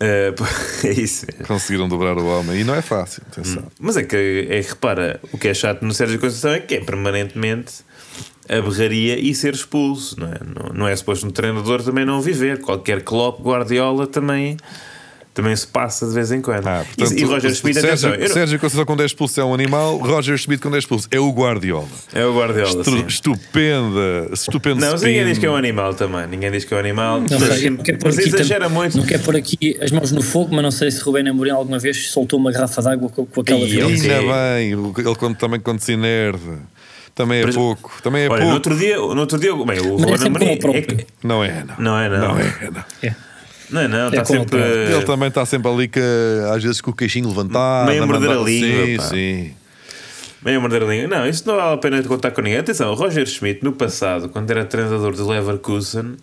S3: Eh, [laughs] pô, é isso mesmo.
S1: Conseguiram dobrar o homem e não é fácil, atenção.
S3: Mas é que, é que repara, o que é chato no Sérgio Conceição é que é permanentemente a berraria e ser expulso, não é? Não, não é suposto um treinador também não viver. Qualquer Klopp, Guardiola também, também se passa de vez em quando.
S1: Ah, portanto,
S3: e, e Roger
S1: o- o
S3: Schmidt,
S1: Sérgio,
S3: atenção, eu não-
S1: Sérgio Conceição com 10 expulso é um animal, Roger Schmidt com 10 expulso é o Guardiola.
S3: é o Guardiola.
S1: Estru-
S3: sim.
S1: Estupenda, estupendo
S3: Não, mas
S1: spin.
S3: ninguém diz que é um animal também. Ninguém diz que é um animal.
S2: Não
S3: mas
S2: sei, eu não quero pôr
S3: mas
S2: aqui
S3: exagera
S2: tam-
S3: muito.
S2: Não quero pôr aqui as mãos no fogo, mas não sei se Rubén Amorim alguma vez soltou uma garrafa d'água com, com aquela
S3: Ih,
S1: E
S2: violência.
S1: Ainda
S3: Ok.
S1: bem, o- ele quando, também quando se enerva, também é
S3: Mas-
S1: pouco, também é
S3: Olha, no
S1: pouco.
S3: outro dia, no outro dia, bem, o
S2: Mas é
S3: Ruben
S2: sempre
S3: Amorim
S2: com o
S3: é
S2: próprio.
S3: que-
S1: Não é, não.
S3: Não é, não.
S1: Não é, não.
S2: É.
S3: não, é não,
S2: É
S3: está
S2: com o
S3: sempre.
S2: próprio.
S1: Ele também está sempre ali, que, às vezes, com o queixinho levantado.
S3: Meio
S1: a
S3: morder
S1: mandar-
S3: a língua,
S1: Sim,
S3: pá.
S1: sim.
S2: tá-
S3: Meio a morder a língua. Não, isso não vale a pena de contar com ninguém. Atenção, o Roger Schmidt, no passado, quando era treinador de Leverkusen,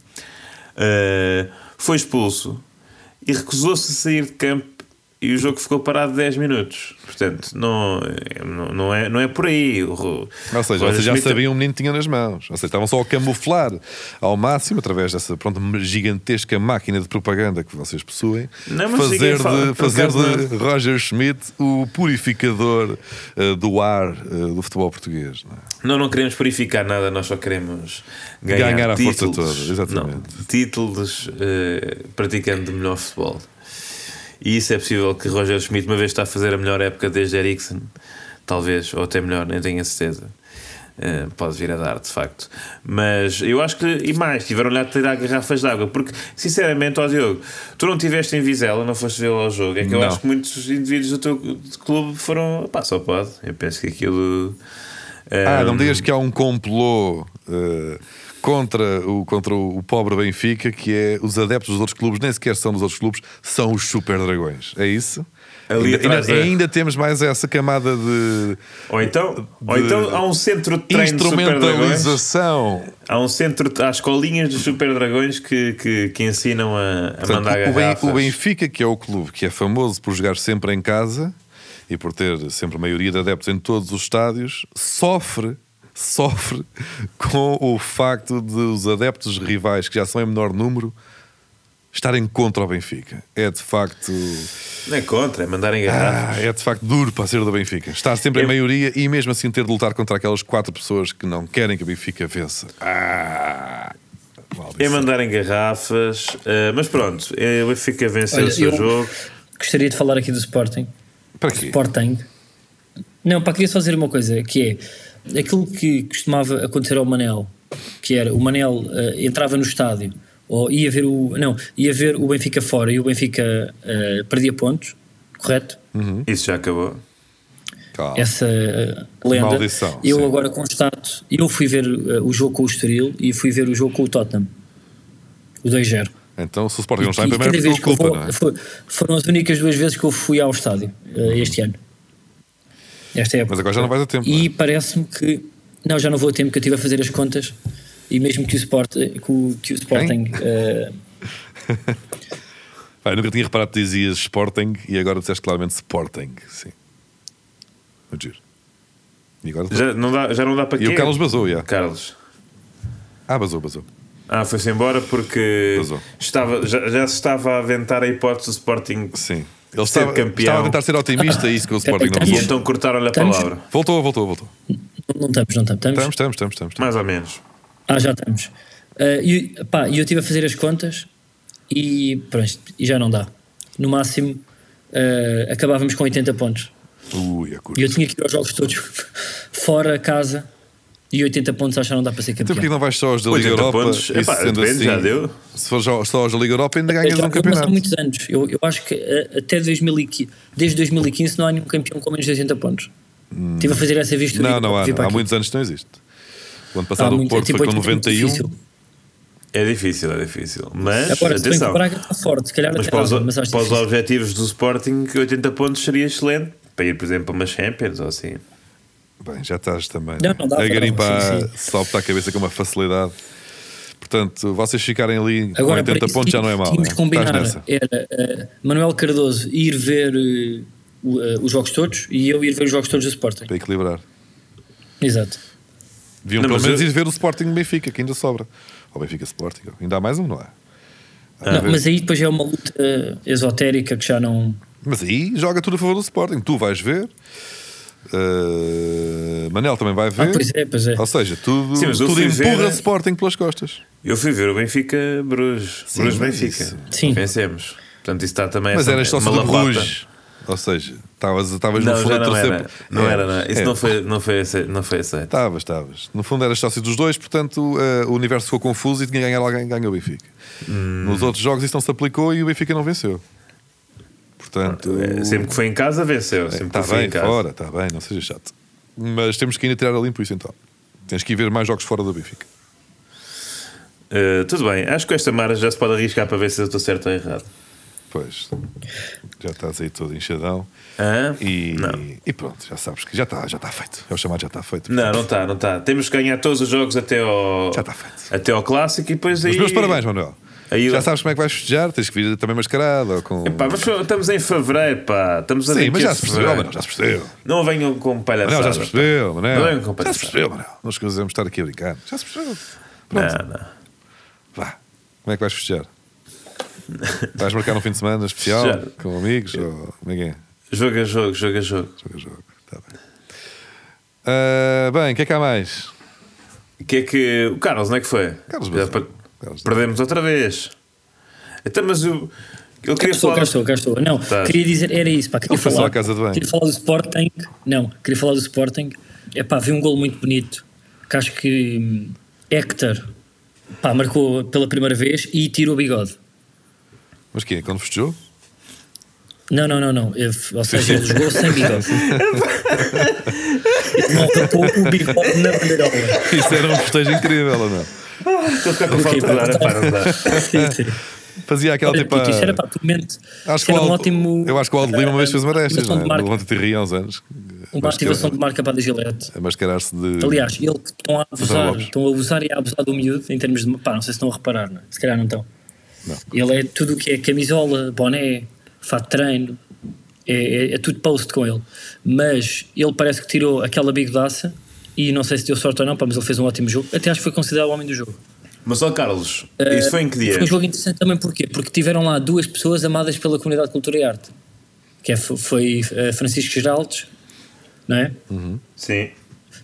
S3: eh, foi expulso e recusou-se a sair de campo e o jogo ficou parado 10 minutos. Portanto, não, não, não é, não é por aí. O,
S1: Ou seja,
S3: Roger
S1: vocês já
S3: Schmidt-
S1: sabiam o menino que tinha nas mãos. Ou seja, estavam só a camuflar ao máximo através dessa pronto, gigantesca máquina de propaganda que vocês possuem.
S3: Não, mas ninguém
S1: fazer de,
S3: fala, por
S1: fazer
S3: acaso
S1: de Roger Schmidt o purificador eh, do ar eh, do futebol português. não é?
S3: Não, não queremos purificar nada, nós só queremos ganhar,
S1: Ganhar a força
S3: títulos.
S1: toda, exatamente.
S3: Não, títulos eh, praticando melhor futebol. E isso é possível que Roger Schmidt, uma vez está a fazer a melhor época desde Eriksen, talvez, ou até melhor, nem tenho a certeza. Eh, pode vir a dar, de facto. Mas eu acho que, e mais, tiveram-lhe a tirar garrafas de água, porque, sinceramente, ó Diogo, tu não estiveste em Vizela, não foste vê-lo ao jogo. É que eu
S1: Não.
S3: acho que muitos indivíduos do teu clube foram. pá, só pode. Eu penso que aquilo.
S1: Ah, não
S3: ehm,
S1: me digas que há um complô eh, contra, o, contra o pobre Benfica, que é os adeptos dos outros clubes, nem sequer são dos outros clubes, são os super dragões. É isso?
S3: Ali
S1: ainda,
S3: atrás é.
S1: ainda,
S3: da-
S1: ainda temos mais essa camada de
S3: Ou então, ou então há um centro de treino de super dragões.
S1: instrumentalização.
S3: Há um centro, de- há escolinhas dos super dragões que, que, que ensinam a, a
S1: Portanto, tipo
S3: mandar
S1: o Ben-
S3: garrafas.
S1: o Benfica, que é o clube que é famoso por jogar sempre em casa e por ter sempre a maioria de adeptos em todos os estádios, sofre, sofre com o facto de os adeptos rivais, que já são em menor número, estarem contra o Benfica. É de facto,
S3: Não é contra, é mandarem garrafas.
S1: ah, é de facto duro para ser do Benfica. Estar sempre em
S3: Eu-
S1: maioria e mesmo assim ter de lutar contra aquelas quatro pessoas que não querem que o Benfica vença. Ah,
S3: É
S1: maldição.
S3: mandarem garrafas. eh, mas pronto, eh, o Benfica venceu
S2: Olha,
S3: o seu
S2: eu-
S3: jogo.
S2: Gostaria de falar aqui do Sporting.
S1: Para quê?
S2: Sporting. Não, pá, queria só dizer uma coisa, que é aquilo que costumava acontecer ao Manel, que era o Manel eh, entrava no estádio, ou ia ver o. Não, ia ver o Benfica fora e o Benfica eh, perdia pontos, correto?
S1: Hum?
S3: Isso já acabou.
S1: Calma.
S2: Essa eh, lenda.
S1: Maldição,
S2: Eu
S1: sim.
S2: agora constato, eu fui ver eh, o jogo com o Estoril e fui ver o jogo com o Tottenham. O 2-0.
S1: Então, se o Sporting não está em
S2: E cada
S1: primeiro, é por
S2: vez
S1: tua
S2: que eu
S1: culpa,
S2: vou-
S1: não é?
S2: fo- Foram as únicas duas vezes que eu fui ao estádio eh, este ano. Esta época.
S1: Uhum. Mas agora já não vais a tempo. não é?
S2: E parece-me que. Não, já não vou a tempo, que eu estive a fazer as contas e mesmo que o, Sport, eh, que o, que o Sporting. eh,
S1: Pá, eu nunca tinha reparado que dizias Sporting e agora disseste claramente Sporting. Sim. Muito giro. E agora.
S3: Já não dá, já não dá para quê?
S1: E o Carlos basou, já.
S3: Carlos.
S1: Ah, basou, basou.
S3: Ah, foi-se embora porque
S1: Vazou.
S3: estava, já, já se estava a aventar a hipótese do Sporting.
S1: Sim. Ele
S3: Ser
S1: estava,
S3: campeão.
S1: estava a tentar ser otimista e isso que
S2: [laughs] É
S1: o Sporting não
S2: Estamos-
S3: E
S1: foi.
S3: então cortaram-lhe a
S2: Estamos-
S3: palavra.
S1: Voltou, voltou, voltou.
S2: não, não estamos, não estamos. estamos?
S1: Estamos, estamos, estamos, estamos.
S3: Mais ou menos.
S2: Ah, já estamos. Eh, e pá, e eu estive a fazer as contas e pronto, e já não dá. No máximo eh, acabávamos com 80 pontos.
S1: Ui, é a curva.
S2: E eu tinha que ir aos jogos todos [laughs] fora casa e 80 pontos acho que já não dá para ser
S1: Então porquê
S2: campeão.
S1: não vais só aos da Liga
S3: 80
S1: Europa?
S3: pontos.
S1: E
S3: Epá,
S1: sendo
S3: depende,
S1: assim,
S3: já deu.
S1: Se for só só aos da Liga Europa, ainda ganhas
S2: Já-
S1: um
S2: mas há
S1: campeonato.
S2: muitos anos. Eu, eu acho que eh, até 2015, desde 2015 não há nenhum campeão com menos de 80 pontos. Estive a fazer essa vista.
S1: Hum. Não, não há.
S2: vi para
S1: Há
S2: aqui.
S1: muitos anos que não existe. O ano
S2: Há
S1: passado o
S2: muito- é
S1: Porto
S2: tipo
S1: foi com
S2: 80, muito
S1: 91.
S2: difícil.
S3: É difícil, é difícil. Mas,
S2: Agora, se bem que
S3: atenção.
S2: o Braga está forte, se calhar
S3: Mas
S2: até
S3: para os,
S2: dá, mas acho
S3: para os
S2: difícil.
S3: objetivos do Sporting, 80 pontos seria excelente. Para ir, por exemplo, a uma Champions ou assim.
S1: Bem, já estás também
S2: Não,
S1: né?
S2: não dá
S1: a
S2: para
S1: garimpar,
S2: não, sim,
S1: salta a cabeça com uma facilidade. Portanto, vocês ficarem ali
S2: Agora,
S1: com
S2: para
S1: 80
S2: isso,
S1: pontos já não é mal.
S2: Tínhamos
S1: né?
S2: que combinar.
S1: Estás nessa.
S2: Era eh, Manuel Cardoso ir ver eh, o- eh, os jogos todos e eu ir ver os jogos todos do Sporting.
S1: Para equilibrar.
S2: Exato.
S1: Deviam
S3: Não,
S1: pelo
S3: mas
S1: menos
S3: eu-
S1: ir ver o Sporting Benfica, que ainda sobra. Ou Benfica Sporting. Ainda há mais um, não é?
S2: Não, mas aí depois é uma luta eh, esotérica que já não.
S1: Mas aí joga tudo a favor do Sporting. Tu vais ver. Uh, Manel também vai ver.
S2: pois é, pois é.
S1: Ou seja, tudo,
S3: Sim, mas eu
S1: tudo
S3: fui
S1: empurra
S3: ver-
S1: Sporting pelas costas.
S3: Eu fui ver o Benfica Bruges.
S1: Sim,
S3: Bruges
S1: mas
S3: Benfica.
S1: isso-
S2: Sim.
S3: Vencemos. Portanto, isso está também
S1: Mas
S3: essa- é
S1: eras sócio
S3: uma
S1: do
S3: lapata.
S1: Bruges. Ou seja, estavas estavas no
S3: Não,
S1: fundo
S3: já
S1: a
S3: não
S1: torcer.
S3: era.
S1: por-
S3: Não
S1: É,
S3: era, não. Isso
S1: é. Tá
S3: não foi, não foi, ace- não foi aceito.
S1: Estavas, estavas. No fundo eras sócio dos dois, portanto eh, o universo ficou confuso e tinha que ganhar alguém ganhou o Benfica.
S3: Hum.
S1: Nos outros jogos isso não se aplicou e o Benfica não venceu. Portanto,
S3: É, Sempre que foi em casa, venceu. Sempre
S1: está
S3: que foi
S1: Tá bem,
S3: em casa.
S1: fora, está bem, não seja chato. Mas temos que ainda tirar a limpo isso então. Tens que ir ver mais jogos fora do Benfica.
S3: Eh, tudo bem. Acho que com esta Mara já se pode arriscar para ver se eu estou certo ou errado.
S1: Pois, já estás aí todo enxadão
S3: Hã?
S1: e,
S3: Ah, Não.
S1: e pronto, já sabes que já está já está feito. É o chamado já está feito.
S3: Não, não está, não tá. está. Temos que ganhar todos os jogos até ao,
S1: Já está feito.
S3: até ao clássico e depois aí.
S1: Os meus parabéns, Manuel.
S3: Aí
S1: Já
S3: lá-
S1: sabes como é que vais festejar, tens que vir também mascarado. ou Com...
S3: Pá, mas foi- estamos em fevereiro, pá. Estamos a
S1: Sim,
S3: 28
S1: mas já se
S3: de
S1: percebeu,
S2: é.
S3: fevereiro.
S1: Manel, já se percebeu.
S3: Não venham com palhaçada.
S1: Manel, já se percebeu, Manel.
S3: Não é um companheiro.
S1: Já se percebeu, Manel. Nós queremos estar aqui a brincar. Já se percebeu. Pronto,
S3: Não, não.
S1: vá. Como é que vais festejar? vais marcar um fim de semana especial
S3: Festejar.
S1: com amigos ou ninguém?
S3: Jogo a jogo, jogo a jogo.
S1: Jogo a jogo. Tá bem. Ah, bem, o que é que há mais?
S3: O que é que. O Carlos, não é que foi?
S1: Carlos
S3: Já
S1: Bazan.
S3: per-
S1: Carlos
S3: Perdemos outra vez. Até, mas eu. Eu
S2: Cá
S3: queria
S2: estou, cá
S3: falar.
S2: estou, cá estou. Não,
S3: Tá.
S2: queria dizer, era isso, pá, queria
S1: Ele foi só
S2: falar,
S1: à casa de banho.
S2: queria falar do Sporting, não, queria falar do Sporting, é pá, vi um gol muito bonito, que acho que hum, Hector, pá, marcou pela primeira vez e tirou o bigode.
S1: Mas quem? Quando festejou? [laughs]
S2: Não, não, não, não, Eu- ou seja, ele
S1: [laughs]
S2: jogou sem bigode. Ele colocou o bigode na bandeirola.
S1: Isso era um festejo incrível, ou não?
S3: Estou a ficar com falta
S2: Ok,
S3: de ar, é
S2: pronto.
S3: pá, não dá.
S2: Sim, sim.
S1: Fazia aquela
S2: Era,
S1: tipo.
S2: puto, isto
S1: a-
S2: era pá, pelo menos,
S1: Acho que
S2: era
S1: o
S2: um
S1: Aldo-
S2: ótimo...
S1: Eu acho que o Aldo Lima uma vez fez uma destas,
S2: ativação
S1: não é?
S2: de marca.
S1: Levanta-te e ri há uns anos.
S2: Uma
S1: Mas
S2: ativação
S1: que-
S2: de marca para a da Gillette.
S1: A mascarar-se de.
S2: Aliás, ele que estão a
S3: é
S1: Fernando
S2: abusar,
S1: Lopes.
S2: estão a abusar e a abusar do miúdo em termos de. Pá, não sei se estão a reparar, não é? Se calhar não estão. Ele é tudo o que é camisola, boné, fato de treino, é, é- é tudo post com ele. Mas ele parece que tirou aquela bigodaça e não sei se deu sorte ou não, pá, mas ele fez um ótimo jogo. Até acho que foi considerado o homem do jogo.
S3: Mas, ó Carlos, isso foi em que dia?
S2: Foi um jogo interessante também porquê? Porque tiveram lá duas pessoas amadas pela comunidade de cultura e arte. Que é, foi, foi eh, Francisco Geraldes, não é?
S3: Sim.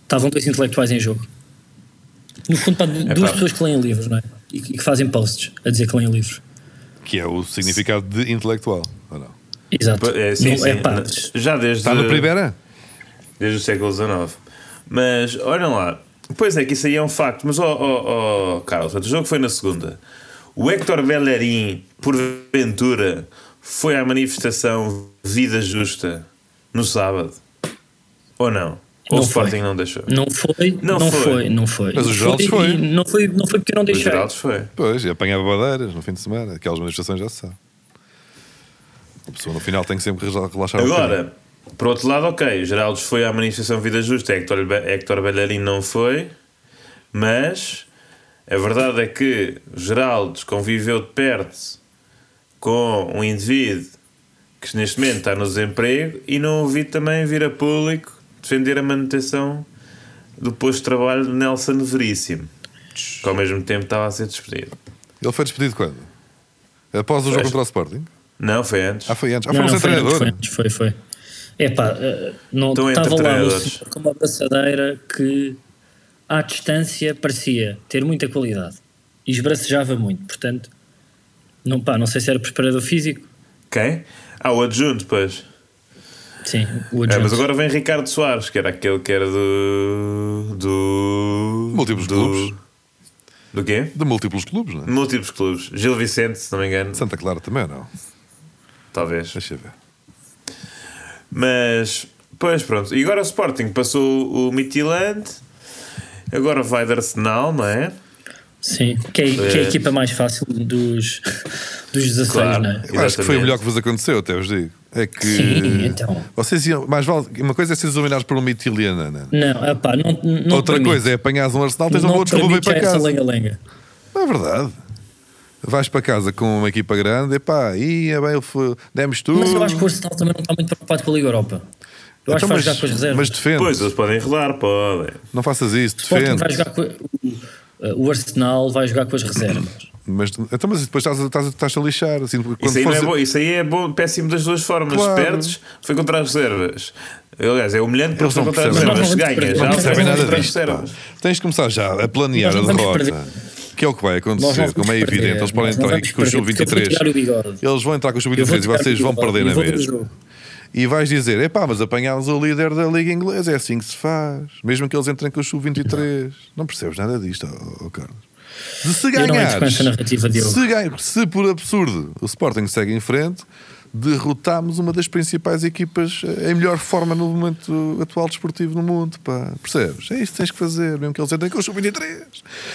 S2: estavam dois intelectuais em jogo. No fundo, pá, duas
S3: pá.
S2: pessoas que leem livros, não é? E que e que fazem posts a dizer que leem livros.
S1: Que é o significado de intelectual, ou não?
S2: Exato.
S3: É, sim,
S2: não,
S3: sim.
S2: é pá,
S3: Já desde.
S1: Está na primeira?
S3: desde o século XIX. Mas olhem lá, pois é que isso aí é um facto. Mas, ó ó, ó, Carlos, o jogo foi na segunda. O Héctor Bellerin, porventura, foi à manifestação Vida Justa no sábado. Ou não? Ou
S2: Não foi.
S3: o Sporting não deixou?
S2: não foi,
S3: Não
S2: não,
S3: foi.
S2: foi. não foi.
S1: Mas o
S2: Não
S1: Geraldo
S2: e
S1: foi. Ah,
S2: Não foi, não foi porque eu não
S3: O
S2: deixei.
S3: Geraldes foi.
S1: Pois, e apanhava badeiras no fim de semana. Aquelas manifestações já se sabe. A pessoa no final tem que sempre rela- relaxar um bocadinho.
S3: Agora, por outro lado, ok, o Geraldes foi à manifestação Vida Justa, é Héctor, Be- Héctor Bellerin não foi, mas a verdade é que o Geraldes conviveu de perto com um indivíduo que neste momento está no desemprego e não o vi também vir a público defender a manutenção do posto de trabalho de Nelson Veríssimo, que ao mesmo tempo estava a ser despedido.
S1: Ele foi despedido quando? Após o jogo contra o Sporting?
S3: Não, foi antes.
S1: Ah, foi antes. Ah,
S2: Não,
S1: foi
S2: não,
S1: o
S2: foi, antes, foi,
S1: treinador.
S2: antes, foi, foi. É pá, eh, não
S3: Estão Então, entre
S2: estava lá no
S3: treinadores.
S2: senhor com uma abraçadeira que à distância parecia ter muita qualidade e esbracejava muito, portanto, não, pá, não sei se era preparador físico.
S3: Quem? Ah, o adjunto, pois.
S2: Sim, o
S3: É, mas
S2: adjunto.
S3: agora vem Ricardo Soares, que era aquele que era do. do.
S1: Múltiplos
S3: do,
S1: clubes.
S3: Do quê?
S1: De múltiplos clubes, não é?
S3: Múltiplos clubes. Gil Vicente, se não me engano,
S1: Santa Clara também, não?
S3: talvez.
S1: Deixa eu ver.
S3: Mas. Pois pronto. E agora o Sporting passou o Midtjylland, agora vai de Arsenal, não é?
S2: Sim, que é, que é a equipa mais fácil dos, dos 16,
S3: Claro.
S2: não
S1: Eu
S2: é?
S1: acho que foi o
S3: Exatamente.
S1: melhor que vos aconteceu, até vos digo. É que.
S2: Sim, então.
S1: Vocês iam. Mais vale. Uma coisa é seres dominados por uma italiana, não é?
S2: Não, epá, não, não
S1: Outra
S2: permite-
S1: coisa é apanhares um Arsenal, tens um
S2: não é
S1: outro desculpa
S2: permite
S1: para ir para
S2: essa
S1: casa.
S2: lenga-lenga.
S1: Não é verdade. Vais para casa com uma equipa grande, epá, ia bem, foi- demos tudo.
S2: Mas eu acho que o Arsenal também não está muito preocupado com a Liga Europa. Eu
S1: Então,
S2: acho que vai
S1: mas,
S2: jogar com as reservas.
S1: mas defende,
S3: Pois, eles podem rodar, podem.
S1: não faças isso,
S2: O Sporting
S1: defende.
S2: vai jogar com o, o Arsenal vai jogar com as reservas.
S1: Mas, então, mas depois estás, a- estás, a- estás a lixar. Assim, quando
S3: Isso aí, não é
S1: fores-
S3: bom, isso aí é bom, péssimo das duas formas.
S1: Claro.
S3: Perdes, foi contra as reservas. Aliás, é humilhante porque
S1: Eles não
S3: foi contra as
S1: percebem.
S3: reservas.
S2: Não, não
S3: Ganhas, já
S1: não percebem
S3: foi
S1: nada
S3: contra as
S1: disto. pá.
S3: reservas.
S1: Tens de começar já a planear
S2: Nós
S1: a
S2: não vamos
S1: derrota. Que é o que vai
S2: Nós não
S1: acontecer,
S2: vamos
S1: como é
S2: perder,
S1: evidente. Eles podem
S2: nós não
S1: entrar
S2: vamos
S1: com o Júlio
S2: perder, porque eu vou
S1: 23.
S2: tirar o bigode.
S1: Eles vão entrar com o Júlio
S2: Eu vou
S1: 23 e
S2: tirar o
S1: vocês vão
S2: bigode,
S1: perder
S2: eu
S1: na
S2: vou ver o
S1: vez.
S2: jogo.
S1: E vais dizer: epá, mas apanhámos o líder da Liga Inglesa, é assim que se faz. Mesmo que eles entrem com o sub-23. Não percebes nada disto, ó- ó Carlos. De se
S2: não entro
S1: ganhares,
S2: com essa narrativa, Diogo.
S1: se, ganha- se por absurdo o Sporting segue em frente, derrotámos uma das principais equipas eh, em melhor forma no momento atual desportivo no mundo. Pá. Percebes? É isso que tens que fazer, mesmo que eles entrem com o sub-23.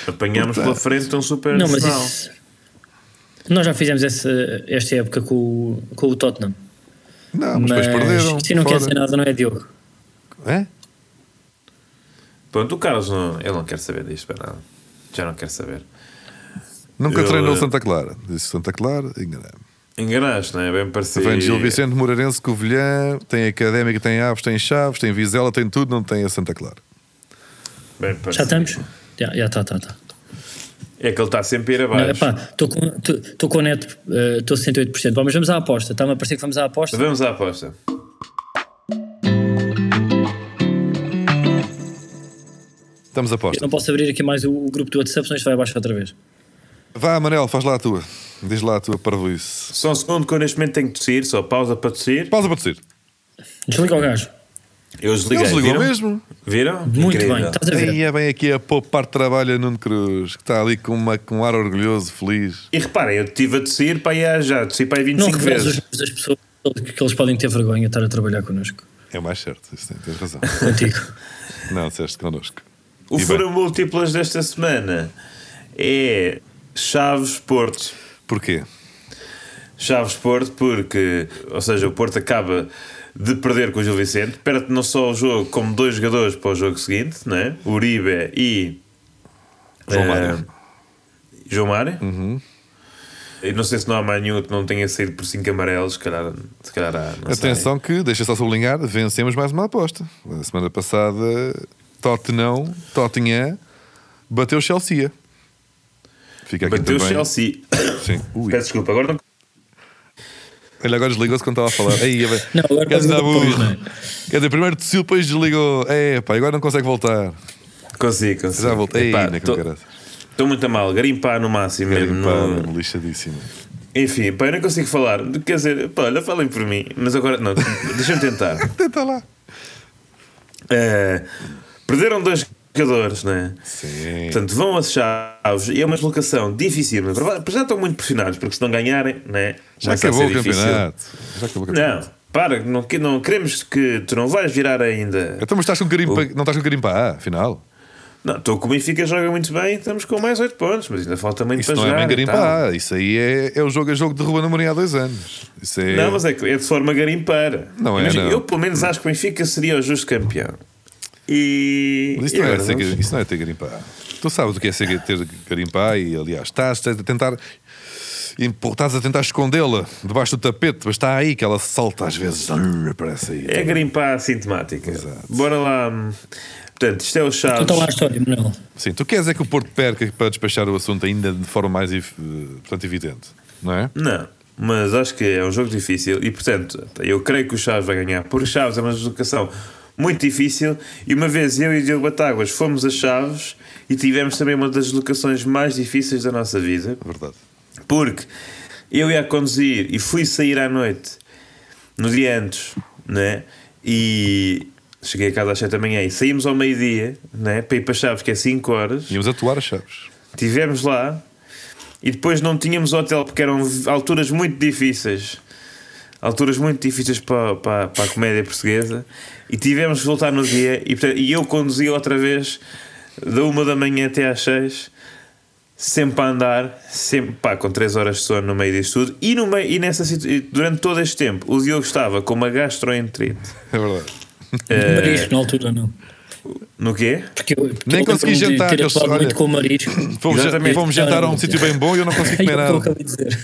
S3: Apanhámos pela frente um super
S2: Não, mas
S3: Arsenal.
S2: isso. Nós já fizemos essa, esta época com o, com o Tottenham.
S1: Não, Ah, mas,
S2: Mas,
S1: depois perderam.
S2: isso não quer
S1: fora.
S2: dizer nada, não é, Diogo?
S1: É?
S3: Pronto, o Carlos não, ele não quer saber disto para nada. Já não quer saber.
S1: Nunca
S3: Eu,
S1: treinou
S3: eh,
S1: Santa Clara. Disse Santa Clara, enganei.
S3: Enganaste, não é? Bem parecido.
S1: Vem de Gil Vicente, Moreirense, Covilhã, tem Académica, tem Aves, tem Chaves, tem Vizela, tem tudo, não tem a Santa Clara.
S3: Bem parecido.
S2: Já estamos? Já, tá, já está, está, está.
S3: É que ele está sempre a ir
S2: Não,
S3: abaixo.
S2: epá, Estou com, tô- tô com eh, o neto, estou 108%. Bom, mas vamos à aposta. Está-me a parecer que vamos à aposta.
S3: Vamos à aposta.
S1: Estamos a
S2: Eu
S1: posta.
S2: não posso abrir aqui mais o, o grupo do WhatsApp, senão isto vai abaixo outra vez.
S1: Vá, Manel, faz lá a tua. Diz lá a tua parvoíce.
S3: Só um segundo que eu neste momento tenho que tossir, só pausa para tossir.
S1: Pausa para dizer.
S2: Desliga o gajo.
S3: Eu desliguei.
S1: Ele desligou
S3: viram?
S1: mesmo.
S3: Viram?
S2: Muito
S3: Incrível.
S2: bem, Tá. estás a ver.
S1: Aí é bem aqui a poupar trabalho a Nuno Cruz, que está ali com, uma, com um ar orgulhoso, feliz.
S3: E reparem, eu estive a tossir para aí há- já, tossi para aí
S2: Não
S3: 25
S2: reveles os
S3: vezes.
S2: nomes das pessoas que, que eles podem ter vergonha de estar a trabalhar connosco.
S1: É o mais certo, isso tem- tens
S3: [laughs]
S1: razão.
S2: Contigo.
S1: Não, disseste connosco.
S3: O
S1: E
S3: furo múltiplas desta semana é Chaves Porto.
S1: Porquê?
S3: Chaves Porto, porque, ou seja, o Porto acaba de perder com o Gil Vicente, perde não só o jogo, como dois jogadores para o jogo seguinte, não é? Uribe e
S1: João
S2: É,
S3: eh,
S1: Mário. Uhum.
S3: João Mário. E não sei se não há mais nenhum que não tenha saído por 5 amarelos, se calhar, se calhar há, não sei.
S1: Atenção que, deixa só sublinhar, vencemos mais uma aposta. Na semana passada, Tottenham, Tottenham, é, bateu Chelsea. Fica aqui
S3: Bateu o
S1: é também.
S3: Chelsea.
S1: Sim. Ui.
S3: Peço desculpa, agora não.
S1: Ele agora desligou-se quando estava a falar. Ei, vai-
S2: Não, agora
S1: Quer dizer,
S2: faz uma
S1: burro.
S2: pausa.
S1: Quer dizer, primeiro tossiu, depois desligou. É, pá, agora não consegue voltar.
S3: Consigo, consigo.
S1: Já voltei.
S3: Epá,
S1: Ei, né, que
S3: tô-
S1: caraças.
S3: Estou muito a mal, garimpar no máximo mesmo.
S1: Limpar,
S3: no-
S1: lixadíssimo.
S3: Enfim, pá, eu não consigo falar. Quer dizer, pá, olha, falem por mim. Mas agora, não, [laughs] deixa-me tentar.
S1: Tenta lá.
S3: Eh, perderam dois jogadores, né?
S1: Sim.
S3: Portanto, vão a Chaves e é uma deslocação difícil. Mas para já estão muito pressionados, porque se não ganharem, né?
S1: Já
S3: vai ser
S1: acabou o
S3: difícil.
S1: campeonato. Já acabou o campeonato.
S3: Não, para, não, que- não queremos que tu não vais virar ainda.
S1: Então, mas estás com carimpa,
S3: Oh.
S1: não estás com carimpa A, afinal.
S3: Não, estou com o Benfica, joga muito bem, estamos com mais 8 pontos, mas ainda falta muito
S1: Isso
S3: para
S1: não é
S3: jogar.
S1: bem
S3: e
S1: carimpa
S3: tal.
S1: A. Isso aí é, é o jogo a jogo de Ruben Amorim há dois anos. Isso é.
S3: Não, mas é, que é de forma garimpeira.
S1: Não é, não.
S3: Eu, pelo menos, acho que o Benfica seria o justo campeão. E.
S1: Mas Isso
S3: e
S1: não, é
S3: agora
S1: ser-
S3: vamos-
S1: isso não é ter garimpa A. Tu sabes o que é ser, ter garimpa A e, aliás, estás a tentar. impor- Estás a tentar escondê-la debaixo do tapete, mas está aí que ela salta às vezes. Arr, Aparece aí.
S3: É garimpar sintomática.
S1: Exato.
S3: Bora lá. Portanto, isto é o Chaves.
S2: Conta Então lá a história, Manuel.
S1: Sim, tu queres é que o Porto perca para despachar o assunto ainda de forma mais ev- eh, portanto, evidente, não é?
S3: Não, mas acho que é um jogo difícil e, portanto, eu creio que o Chaves vai ganhar. Porque Chaves é uma deslocação muito difícil e uma vez eu e o Diogo Batáguas fomos a Chaves e tivemos também uma das deslocações mais difíceis da nossa vida.
S1: Verdade.
S3: Porque eu ia a conduzir e fui sair à noite, no dia antes, né? E cheguei a casa às 7 da manhã e saímos ao meio-dia, né? Para ir para Chaves, que é 5 horas.
S1: Íamos atuar as chaves.
S3: Estivemos lá e depois não tínhamos hotel porque eram alturas muito difíceis. Alturas muito difíceis para, para, para a comédia portuguesa. E tivemos que voltar no dia e, portanto, e eu conduzia outra vez da uma da manhã até às seis sempre a andar, sempre pá, com 3 horas de sono no meio disto tudo. E, no meio, e nessa, situ- e durante todo este tempo, o Diogo estava com uma gastroenterite.
S1: [laughs] É verdade.
S3: eh, É.
S2: Marisco, na altura, não.
S3: No quê?
S2: Porque eu, porque
S1: Nem
S2: eu
S1: consegui
S2: lembro-me de
S1: jantar,
S2: Ter
S1: eles-
S2: atuado
S1: olha-
S2: muito com o marisco.
S1: Fomos,
S3: Exatamente.
S1: fomos jantar a um sítio bem bom e eu não consegui comer
S2: Ai, eu
S1: nada.
S2: acabei de dizer.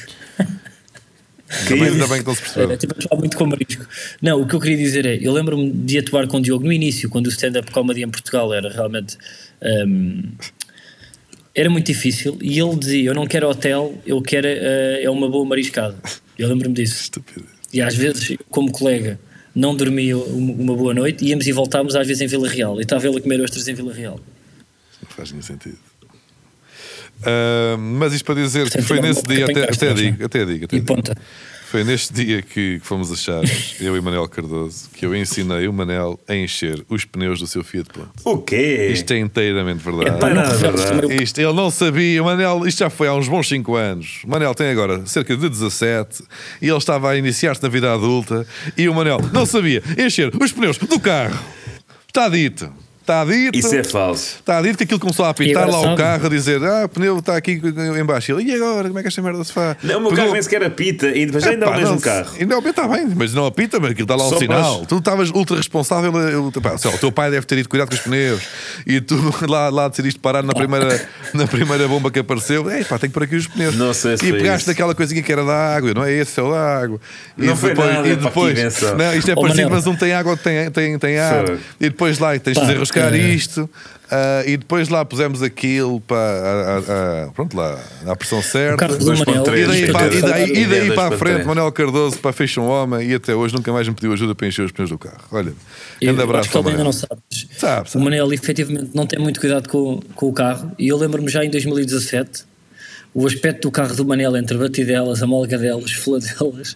S1: Também,
S3: Caiu.
S1: ainda bem que não se
S2: Era [laughs]
S1: percebeu.
S2: tipo atuar muito com marisco. Não, o que eu queria dizer é, eu lembro-me de atuar com o Diogo no início, quando o stand-up comedy em Portugal era realmente. hum, era muito difícil e ele dizia: Eu não quero hotel, eu quero eh, é uma boa mariscada. Eu lembro-me disso.
S1: Estúpido.
S2: E às vezes, como colega, não dormia um- uma boa noite, íamos e voltávamos às vezes em Vila Real. E estava ele a comer ostras em Vila Real.
S1: Não faz nenhum sentido. Ah, mas isto para dizer que
S2: Portanto,
S1: foi
S2: era
S1: nesse
S2: uma
S1: dia, até,
S2: campanha
S1: até
S2: casta,
S1: digo,
S2: não é?
S1: até digo, até
S2: E
S1: digo.
S2: ponta.
S1: Foi neste dia que, que fomos a Chaves, eu e Manel Cardoso, que eu ensinei o Manel a encher os pneus do seu Fiat Punto.
S3: O quê?
S1: Isto é inteiramente verdade.
S3: Pá, não é
S2: Não,
S3: verdade.
S2: também o
S1: Isto, ele não sabia, o Manel, isto já foi há uns bons 5 anos. O Manel tem agora cerca de 17 e ele estava a iniciar-se na vida adulta e o Manel não sabia encher os pneus do carro. Está dito. Está dito.
S3: Isso é falso.
S1: Está dito que aquilo começou a
S2: E
S1: apitar
S2: agora
S1: lá o
S2: sabe?
S1: carro, a dizer ah, o pneu está aqui em baixo. Ele, E agora, como é que esta merda se faz?
S3: Não, o meu carro nem sequer apita e depois ainda há o
S1: Epá,
S3: mesmo
S1: não,
S3: carro.
S1: Ainda é bem, está tá bem, mas não apita, mas aquilo está lá
S3: Só
S1: um sinal.
S3: para-
S1: Tu estavas ultra responsável. eu- pá, sei lá, o teu pai deve ter ido cuidado com os pneus e tu [laughs] lá, lá decidiste parar na
S3: [laughs]
S1: primeira, na primeira bomba que apareceu. Ei, pá, tenho por aqui os pneus.
S3: Não sei se
S1: e
S3: foi
S1: pegaste
S3: isso.
S1: naquela coisinha que era da água, não é esse, é o da água. E
S3: Não foi nada, é
S1: e
S3: pá, que
S1: depois
S3: invenção.
S1: não, isto é
S2: Oh,
S1: parecido,
S2: Manel.
S1: mas um tem água, outro tem, tem, tem ar.
S3: Fogo.
S1: E depois lá tens de
S2: Pá,
S1: desenrascar
S2: é.
S1: isto. ah, e depois lá pusemos aquilo para. pronto, lá, na pressão certa.
S2: carro do Manel.
S3: 2.3,
S1: E daí, para, e daí- e daí
S3: Ideia
S1: para a
S3: 2.3.
S1: frente, Manuel Cardoso, para fecha um homem e até hoje nunca mais me pediu ajuda para encher os pneus do carro. Olha,
S2: Eu
S1: grande abraço.
S2: Acho que
S1: ao
S2: ele ainda
S1: Manel.
S2: não sabe. mas
S1: Sabe, sabe.
S2: O Manel efetivamente não tem muito cuidado com, com o carro e eu lembro-me já em 2017 o aspecto do carro do Manel entre batidelas, amolgadelas,
S1: [laughs]
S2: fladelas.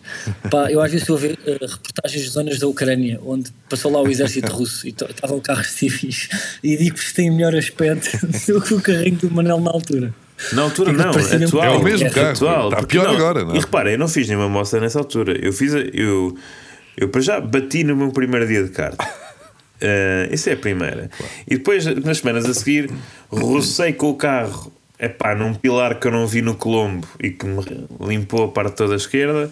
S2: Pá, eu às vezes estou a ver eh, reportagens de zonas da Ucrânia onde passou lá o exército russo e to- estavam carros [laughs] civis e digo-vos que tem melhor aspecto [laughs] do que o carrinho do Manel na altura.
S3: Na altura
S2: Aquilo
S3: não,
S2: parecia-me-
S3: atual.
S2: É o
S1: mesmo carro,
S3: Atual,
S1: está
S3: porque
S1: pior agora, não é?
S3: E repara, eu não fiz nenhuma amostra nessa altura. Eu fiz. a- Eu, eu para já bati no meu primeiro dia de
S1: [laughs]
S3: kart. Ah, isso é a primeira. E depois, nas semanas a seguir, rocei com o carro epá, num pilar que eu não vi no Colombo e que me limpou a parte toda esquerda.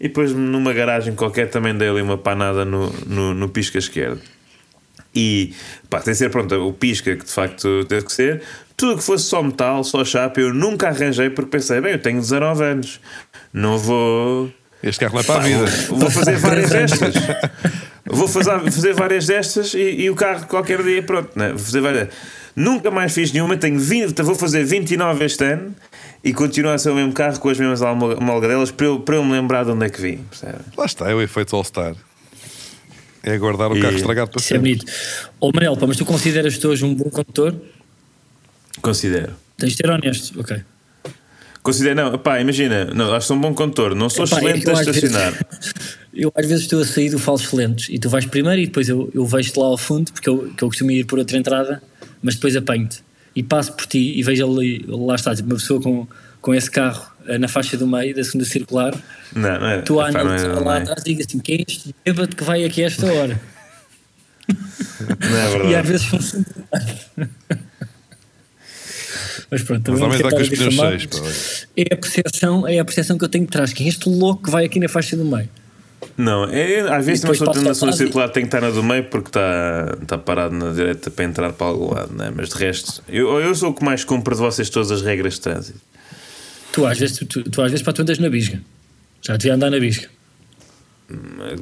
S3: E depois, numa garagem qualquer, também dei ali uma panada no, no, no pisca esquerdo. E pá, tem que ser pronto, o pisca que de facto teve que ser. Tudo que fosse só metal, só chapa, eu nunca arranjei porque pensei, bem, eu tenho 19 anos, não vou.
S1: Este carro não é para a
S3: pá,
S1: vida.
S3: vou- Vou
S2: [laughs]
S3: fazer várias destas. Vou fazer, fazer várias destas e, e o carro qualquer dia, pronto, né? vou fazer várias. Nunca mais fiz nenhuma, tenho 20, vou fazer 29 este ano e continua a ser o mesmo carro com as mesmas almo- malgadelas para eu, para eu me lembrar de onde é que vim, percebe?
S1: Lá está, é o efeito All-Star. É guardar o
S3: E-
S1: carro estragado para
S2: Isso é
S1: sempre.
S2: bonito. Ô Manel, pá, mas tu consideras-te hoje um bom condutor?
S3: Considero.
S2: Tens de ser honesto, ok.
S3: Considero, não, pá, imagina, não, acho que sou um bom condutor, não sou
S2: Epá,
S3: excelente
S2: eu
S3: a
S2: às vezes-
S3: estacionar.
S2: Eu às vezes estou a sair do falso lentes e tu vais primeiro e depois eu, eu vejo-te lá ao fundo, porque eu, que eu costumo ir por outra entrada, mas depois apanho-te e passo por ti e vejo ali, lá está, tipo, uma pessoa com, com esse carro eh, na faixa do meio, da segunda circular,
S3: Não, não é.
S2: tu à
S3: epá, não é-
S2: noite
S3: não
S2: lá
S3: é.
S2: atrás e digo assim: quem é este bêbado que vai aqui a esta hora?
S3: Não é
S2: e às
S3: verdade.
S2: vezes funciona. [laughs] Mas pronto,
S1: Mas
S2: também
S1: ao
S2: não
S1: menos
S2: quero
S1: dá com os
S2: estar a
S1: pneus
S2: difamar,
S1: 6.
S2: é a percepção É a percepção que eu tenho de trás: quem é este louco que vai aqui na faixa do meio?
S3: Não, é, às vezes
S2: E
S3: uma
S2: depois
S3: pessoa
S2: passa
S3: tendo na
S2: ao
S3: sua
S2: lado e-
S3: circular tem que estar na do meio porque está está parado na direita para entrar para algum lado, não é? Mas de resto, eu, eu sou o que mais cumpre de vocês todas as regras de trânsito.
S2: Tu às vezes, tu, tu, tu às vezes para tu andas na bisga. Já devia andar na bisga.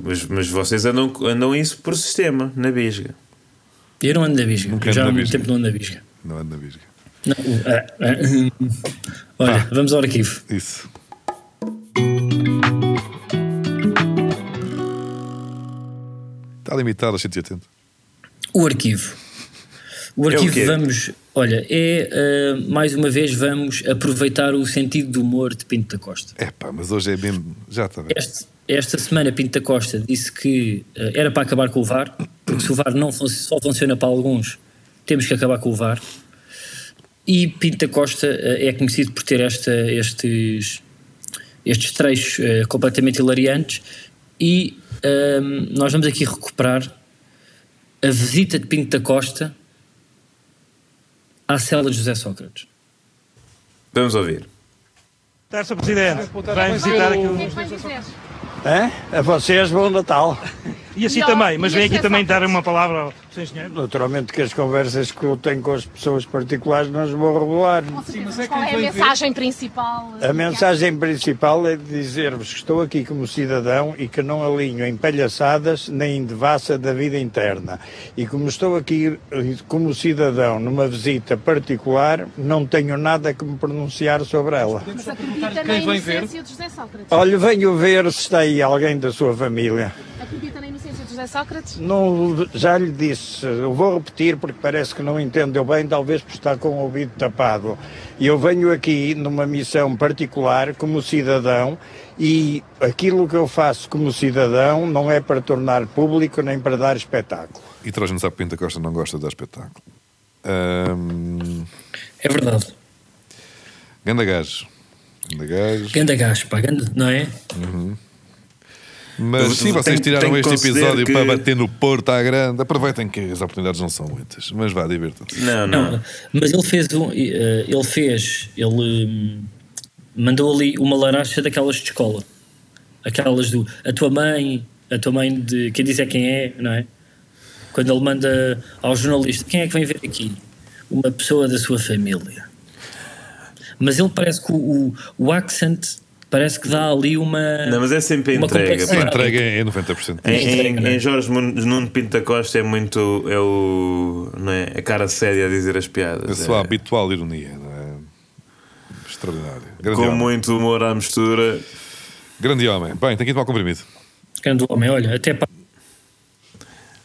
S3: Mas, mas vocês andam, andam isso por sistema, na bisga.
S2: Eu não ando na bisga.
S1: Nunca
S2: Eu já
S1: ando na
S2: há muito
S1: bisga.
S2: tempo não ando na bisga.
S1: Não ando na bisga.
S2: Não, o- ah, ah, hum. olha, vamos ao arquivo.
S1: Isso. Está limitado a 180.
S2: O arquivo.
S1: É
S2: O
S3: o
S2: arquivo
S3: quê?
S2: vamos. Olha, é ah, mais uma vez vamos aproveitar o sentido do humor de Pinto da Costa.
S1: É pá, mas hoje é mesmo. Já está bem.
S2: Este- esta semana Pinto da Costa disse que eh, era para acabar com o VAR, porque se o VAR não fun- só funciona para alguns, temos que acabar com o VAR. E Pinto da Costa eh, é conhecido por ter esta- estes, estes trechos eh, completamente hilariantes e ehm, nós vamos aqui recuperar a visita de Pinto da Costa à cela de José Sócrates.
S3: Vamos ouvir.
S4: Está, Sr. Presidente, vem visitar aqui um- o...
S5: É? A vocês, bom Natal.
S4: E assim
S6: E ao-
S4: também, mas
S6: e
S4: vem
S6: este
S4: aqui
S6: é
S4: também
S6: só-
S4: dar uma palavra ao Sr. Engenheiro.
S5: Naturalmente que as conversas que eu tenho com as pessoas particulares não as vou revelar.
S6: Qual é a mensagem principal?
S5: A mensagem principal é de dizer-vos que estou aqui como cidadão e que não alinho em palhaçadas nem em devassa da vida interna. E como estou aqui eh, como cidadão numa visita particular, não tenho nada que me pronunciar sobre ela.
S6: Mas acredita na inocência de José Sócrates?
S5: Olha, venho ver se está aí alguém da sua família.
S6: Acredita na inocência de José Sócrates?
S5: Não, já lhe disse, eu vou repetir porque parece que não entendeu bem, talvez por estar com o ouvido tapado. Eu venho aqui numa missão particular como cidadão e aquilo que eu faço como cidadão não é para tornar público nem para dar espetáculo.
S2: É.
S1: E traz-nos à Pinta Costa não gosta de dar espetáculo. Ahm,
S2: É verdade.
S1: ganda gajo. Ganda gajo.
S2: Ganda gás, pá, ganda, não é?
S1: Mas sim, vocês
S3: Tenho-
S1: tiraram
S3: tenho que
S1: este
S3: conceder
S1: episódio
S3: que-
S1: para bater no Porto à grande. Aproveitem que as oportunidades não são muitas. Mas vá, divirtam-se.
S3: Não, não. é?
S2: Não, mas ele fez um, eh, ele fez, ele hum, mandou ali uma laracha daquelas de escola, aquelas do a tua mãe, a tua mãe de quem diz é quem é, não é? Quando ele manda ao jornalista, quem é que vem ver aqui? Uma pessoa da sua família. Mas ele parece que o, o, o accent parece que dá ali uma.
S3: Não, mas é sempre a
S2: Uma
S3: entrega.
S1: A
S2: complexidade.
S3: pá.
S1: entrega é 90%.
S3: Em, em,
S2: entrega, não é?
S3: em Jorge Mun- Nuno Pinto da Costa é muito. É o. Não é? A cara séria a dizer as piadas.
S1: A sua
S3: É.
S1: habitual ironia, não é? Extraordinário. Grande
S3: Com
S1: homem.
S3: muito humor à mistura.
S1: Grande homem. Bem, tenho que ir tomar um comprimido.
S2: Grande homem, olha, até para,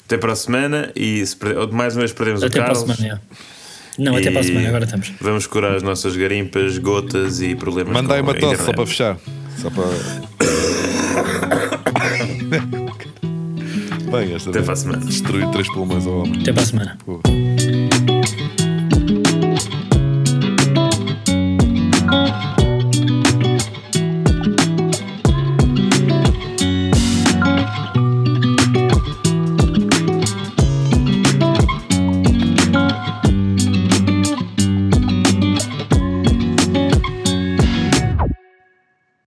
S3: Até para a semana e se perde- ou mais uma vez perdemos o
S2: até para a
S3: Carlos.
S2: semana. é. Não, até para a
S3: E
S2: semana, agora estamos.
S3: Vamos curar as nossas garimpas, gotas e problemas.
S1: Mandei
S3: com a
S1: uma tosse só
S3: internet.
S1: para fechar. Só [laughs] para. Bem, esta
S3: Até para a
S1: vez
S3: semana.
S1: destruir três pulmões ao homem.
S2: Até para a semana.
S1: Pô.